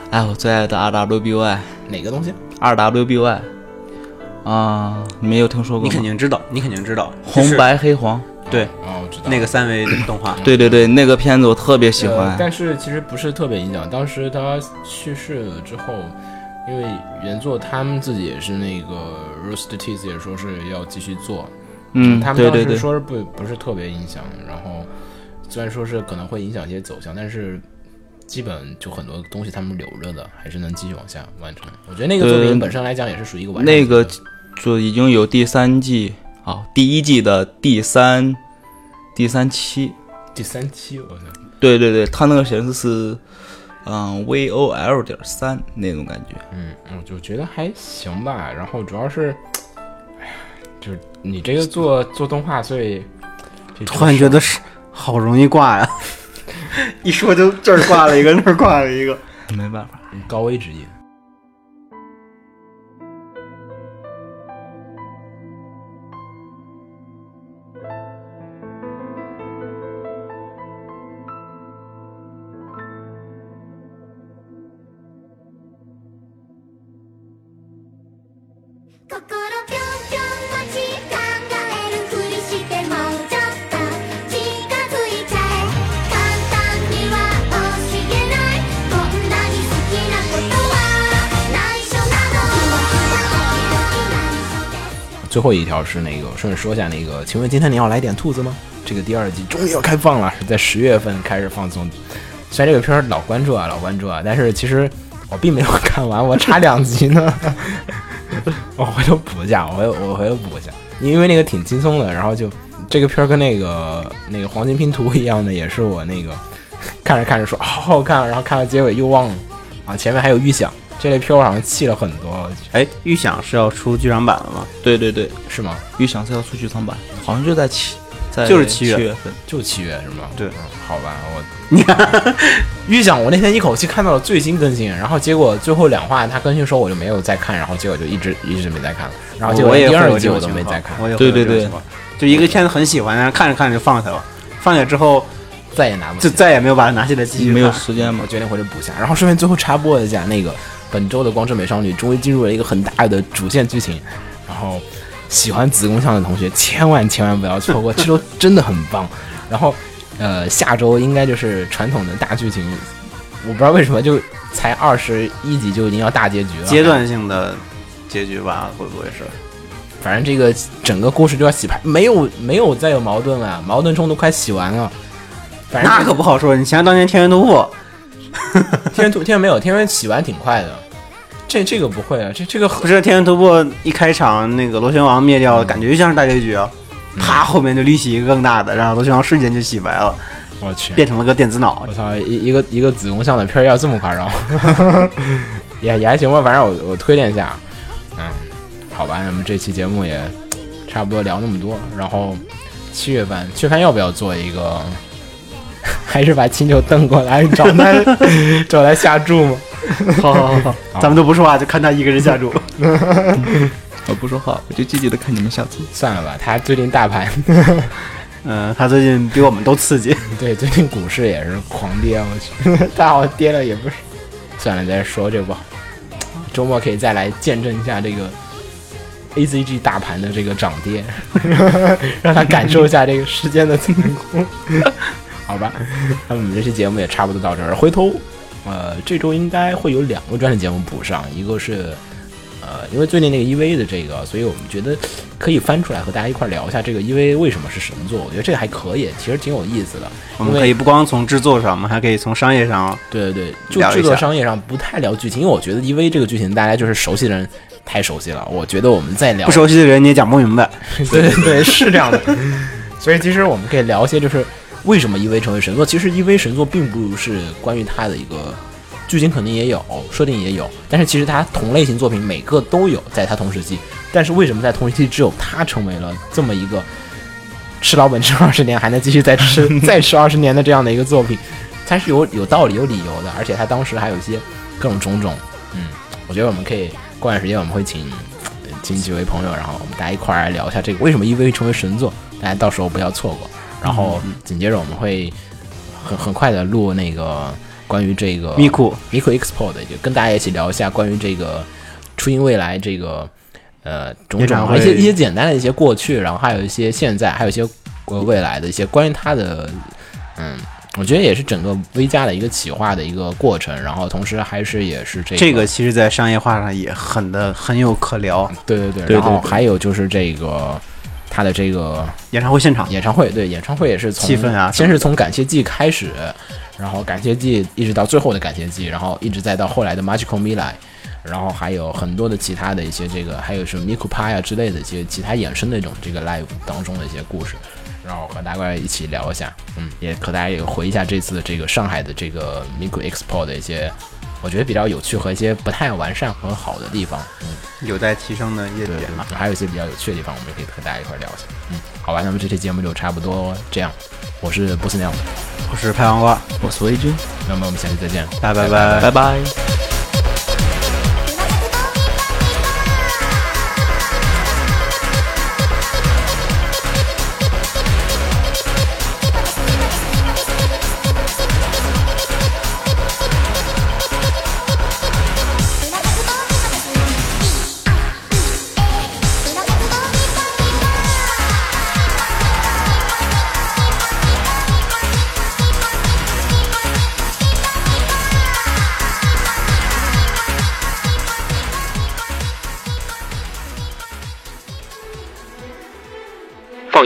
S4: 哎，我最爱的 RWBY，
S2: 哪个东西？
S4: RWBY 啊，你们有听说过
S3: 你肯
S4: 吗？
S3: 定知道，你肯定知道，
S4: 红白黑黄，
S3: 对
S2: 哦，我知道
S3: 那个三维动画。
S4: 对对对，那个片子我特别喜
S2: 呃
S4: 欢。
S2: 但是其实不是特别影响。当时他去世了之后，因为原作他们自己也是那个 Rooster Teeth 也说是要继续做，
S4: 嗯，
S2: 他们
S4: 对
S2: 当
S4: 对
S2: 时
S4: 对，
S2: 说是不不是特别影响，然后虽然说是可能会影响一些走向，但是。基本就很多东西他们留着的，还是能继续往下完成。我觉得那个作品
S4: 呃
S2: 本身来讲也是属于一个完整
S4: 那个
S2: 作品
S4: 就已经有第三季，哦，第一季的第三第三期，
S2: 第三期，我操，
S4: 对对对，他那个形式是，嗯，V O L 点三那种感觉。
S2: 嗯，我就觉得还行吧。然后主要是，哎呀，就是你这个做做动画，所以这
S3: 突然觉得是好容易挂呀， 一说就这儿挂了一个，那儿挂了一个。
S4: 没办法，
S2: 高危职业。
S5: 心ぴょんぴょん持ち考えるふりしてもうちょっと近づいちゃえ簡単には教えないこんなに好きなことは内緒なの時々内緒で
S2: 最后一条是那个，顺便说一下那个，请问今天你要来点兔子吗？这个第二季终于要开放了，是在十月份开始放送。虽然这个片儿老关注啊，老关注啊，但是其实我并没有看完，我差两集呢。 我回头补一下，我回我回头补一下，因为那个挺轻松的。然后就这个片儿跟那个那个黄金拼图一样的，也是我那个 看着看着说好好看啊，然后看到结尾又忘了啊，前面还有预想。这类片儿我好像弃了很多，
S3: 哎，预想是要出剧场版了吗？
S4: 对对对，
S2: 是吗？
S4: 预想是要出剧场版，好像就在七，在
S3: 就是七
S4: 七
S3: 月
S4: 份。
S2: 就七月是吗？
S3: 对
S2: 嗯好吧，我你看，预想我那天一口气看到了最新更新，然后结果最后两话他更新的时候我就没有再看，然后结果就一直一直没再看了，然后结果
S3: 我也
S2: 啊第
S3: 会有
S2: 二季
S3: 这
S2: 我
S3: 种
S2: 都
S3: 情
S2: 没
S3: 况
S2: 再看，
S3: 我也会
S4: 对
S3: 有
S4: 对
S3: 这种
S4: 对
S3: 情况就一个片子很喜欢，但是看着看着就放下了，放下之后
S2: 再也拿不
S3: 就再也没有把它拿起来继续看
S4: 没有时间嘛
S2: 我。决定回去补下。然后顺便最后插播一下，那个本周的《光之美少女》终于进入了一个很大的主线剧情，然后喜欢子宫向的同学千万千万不要错过，这周真的很棒。然后呃，下周应该就是传统的大剧情，我不知道为什么就才二十一集就已经要大结局了，
S3: 阶段性的结局吧，会不会是？
S2: 反正这个整个故事就要洗牌，没有没有再有矛盾了，矛盾冲突快洗完了。反正
S3: 哎那可不好说。你想想当年《天元突破
S2: 天元突天元没有天元洗完挺快的，这这个不会啊，这这个》，
S3: 不是《天元突破》一开场那个螺旋王灭掉，感觉就像是大结局啊。啪，后面就立起一个更大的，然后螺旋王瞬间就洗白了，
S2: 我去
S3: 变成了个电子脑
S2: 我。操，一一个一个子宫向的片儿要这么夸张， 也也还行吧，反正我我推荐一下，嗯，好吧，那么这期节目也差不多聊那么多，然后七月份，七月份要不要做一个？ 还是把秦九瞪过来，找他 找他下注吗？
S3: 好好好，咱们都不说话，就看他一个人 下注。
S4: 我不说话，我就积极的看你们下次。
S2: 算了吧，他最近大盘，
S3: 嗯，他最近比我们都刺激。
S2: 对，最近股市也是狂跌，我去， 大好跌了也不是。算了，再说这不好，周末可以再来见证一下这个 A C G 大盘的这个涨跌，让他感受一下这个时间的残酷。 好吧，那么我们这期节目也差不多到这儿。回头，呃，这周应该会有两个专题节目补上，一个是，呃，因为最近那个 EVA 的这个，所以我们觉得可以翻出来和大家一块儿聊一下这个 EVA 为什么是神作。我觉得这个还可以，其实挺有意思的。
S3: 我们可以不光从制作上，我们还可以从商业上。啊
S2: 对对对，就
S3: 聊一
S2: 制作
S3: 下
S2: 商业上不太聊剧情，因为我觉得 EV 这个剧情大家就是熟悉的人太熟悉了，我觉得我们再聊
S3: 不熟悉的人你也讲不明白。
S2: 对对对，是这样的。所以其实我们可以聊一些，就是为什么 EV 成为神作。其实 EV 神作并不是关于它的一个剧情，肯定也有，设定也有，但是其实它同类型作品每个都有，在它同时期。但是为什么在同时期只有它成为了这么一个吃老本吃二十年还能继续再吃再吃二十年的这样的一个作品，它是有有道理有理由的，而且它当时还有一些各种种种，嗯，我觉得我们可以过段时间我们会请请几位朋友，然后我们大家一块儿来聊一下这个为什么 EVA 成为神作，大家到时候不要错过。然后紧接着我们会很很快的录那个关于这个
S3: 咪酷
S2: Miku Expo 的，就跟大家一起聊一下关于这个初音未来这个呃种
S3: 夜
S2: 种
S3: 展
S2: 啊
S3: 会
S2: 一些一些简单的一些过去，然后还有一些现在，还有一些呃未来的一些关于它的嗯。我觉得也是整个 V 加的一个企划的一个过程，然后同时还是也是这个
S3: 这个其实，在商业化上也很的很有可聊。
S2: 对对对，
S4: 对
S2: 然后
S4: 对
S2: 还有就是这个他的这个
S3: 演唱会现场，
S2: 演唱会，对演唱会也是从
S3: 气氛啊
S2: 先是从感谢季开始，然后感谢季一直到最后的感谢季，然后一直再到后来的 Magical Mirai，然后还有很多的其他的一些这个，还有什么 Miku Pia 之类的一些其他衍生的一种这个 live 当中的一些故事，然后和大家一起聊一下，嗯，也和大家也回一下这次这个上海的这个 Miku Expo 的一些。我觉得比较有趣和一些不太完善和好的地方，
S3: 有待提升的夜
S2: 对
S3: 点嘛。
S2: 对，还有一些比较有趣的地方，我们也可以和大家一块儿聊一下。嗯，好吧，那么这期节目就差不多这样。我是波斯鸟，
S3: 我是拍黄瓜，
S4: 我是维军，
S2: 那么我们下期再见。
S3: 大家拜拜。
S4: 拜拜。
S6: 放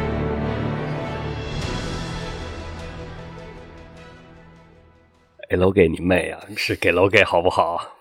S7: 哎给楼给你妹啊！是给楼给好不好？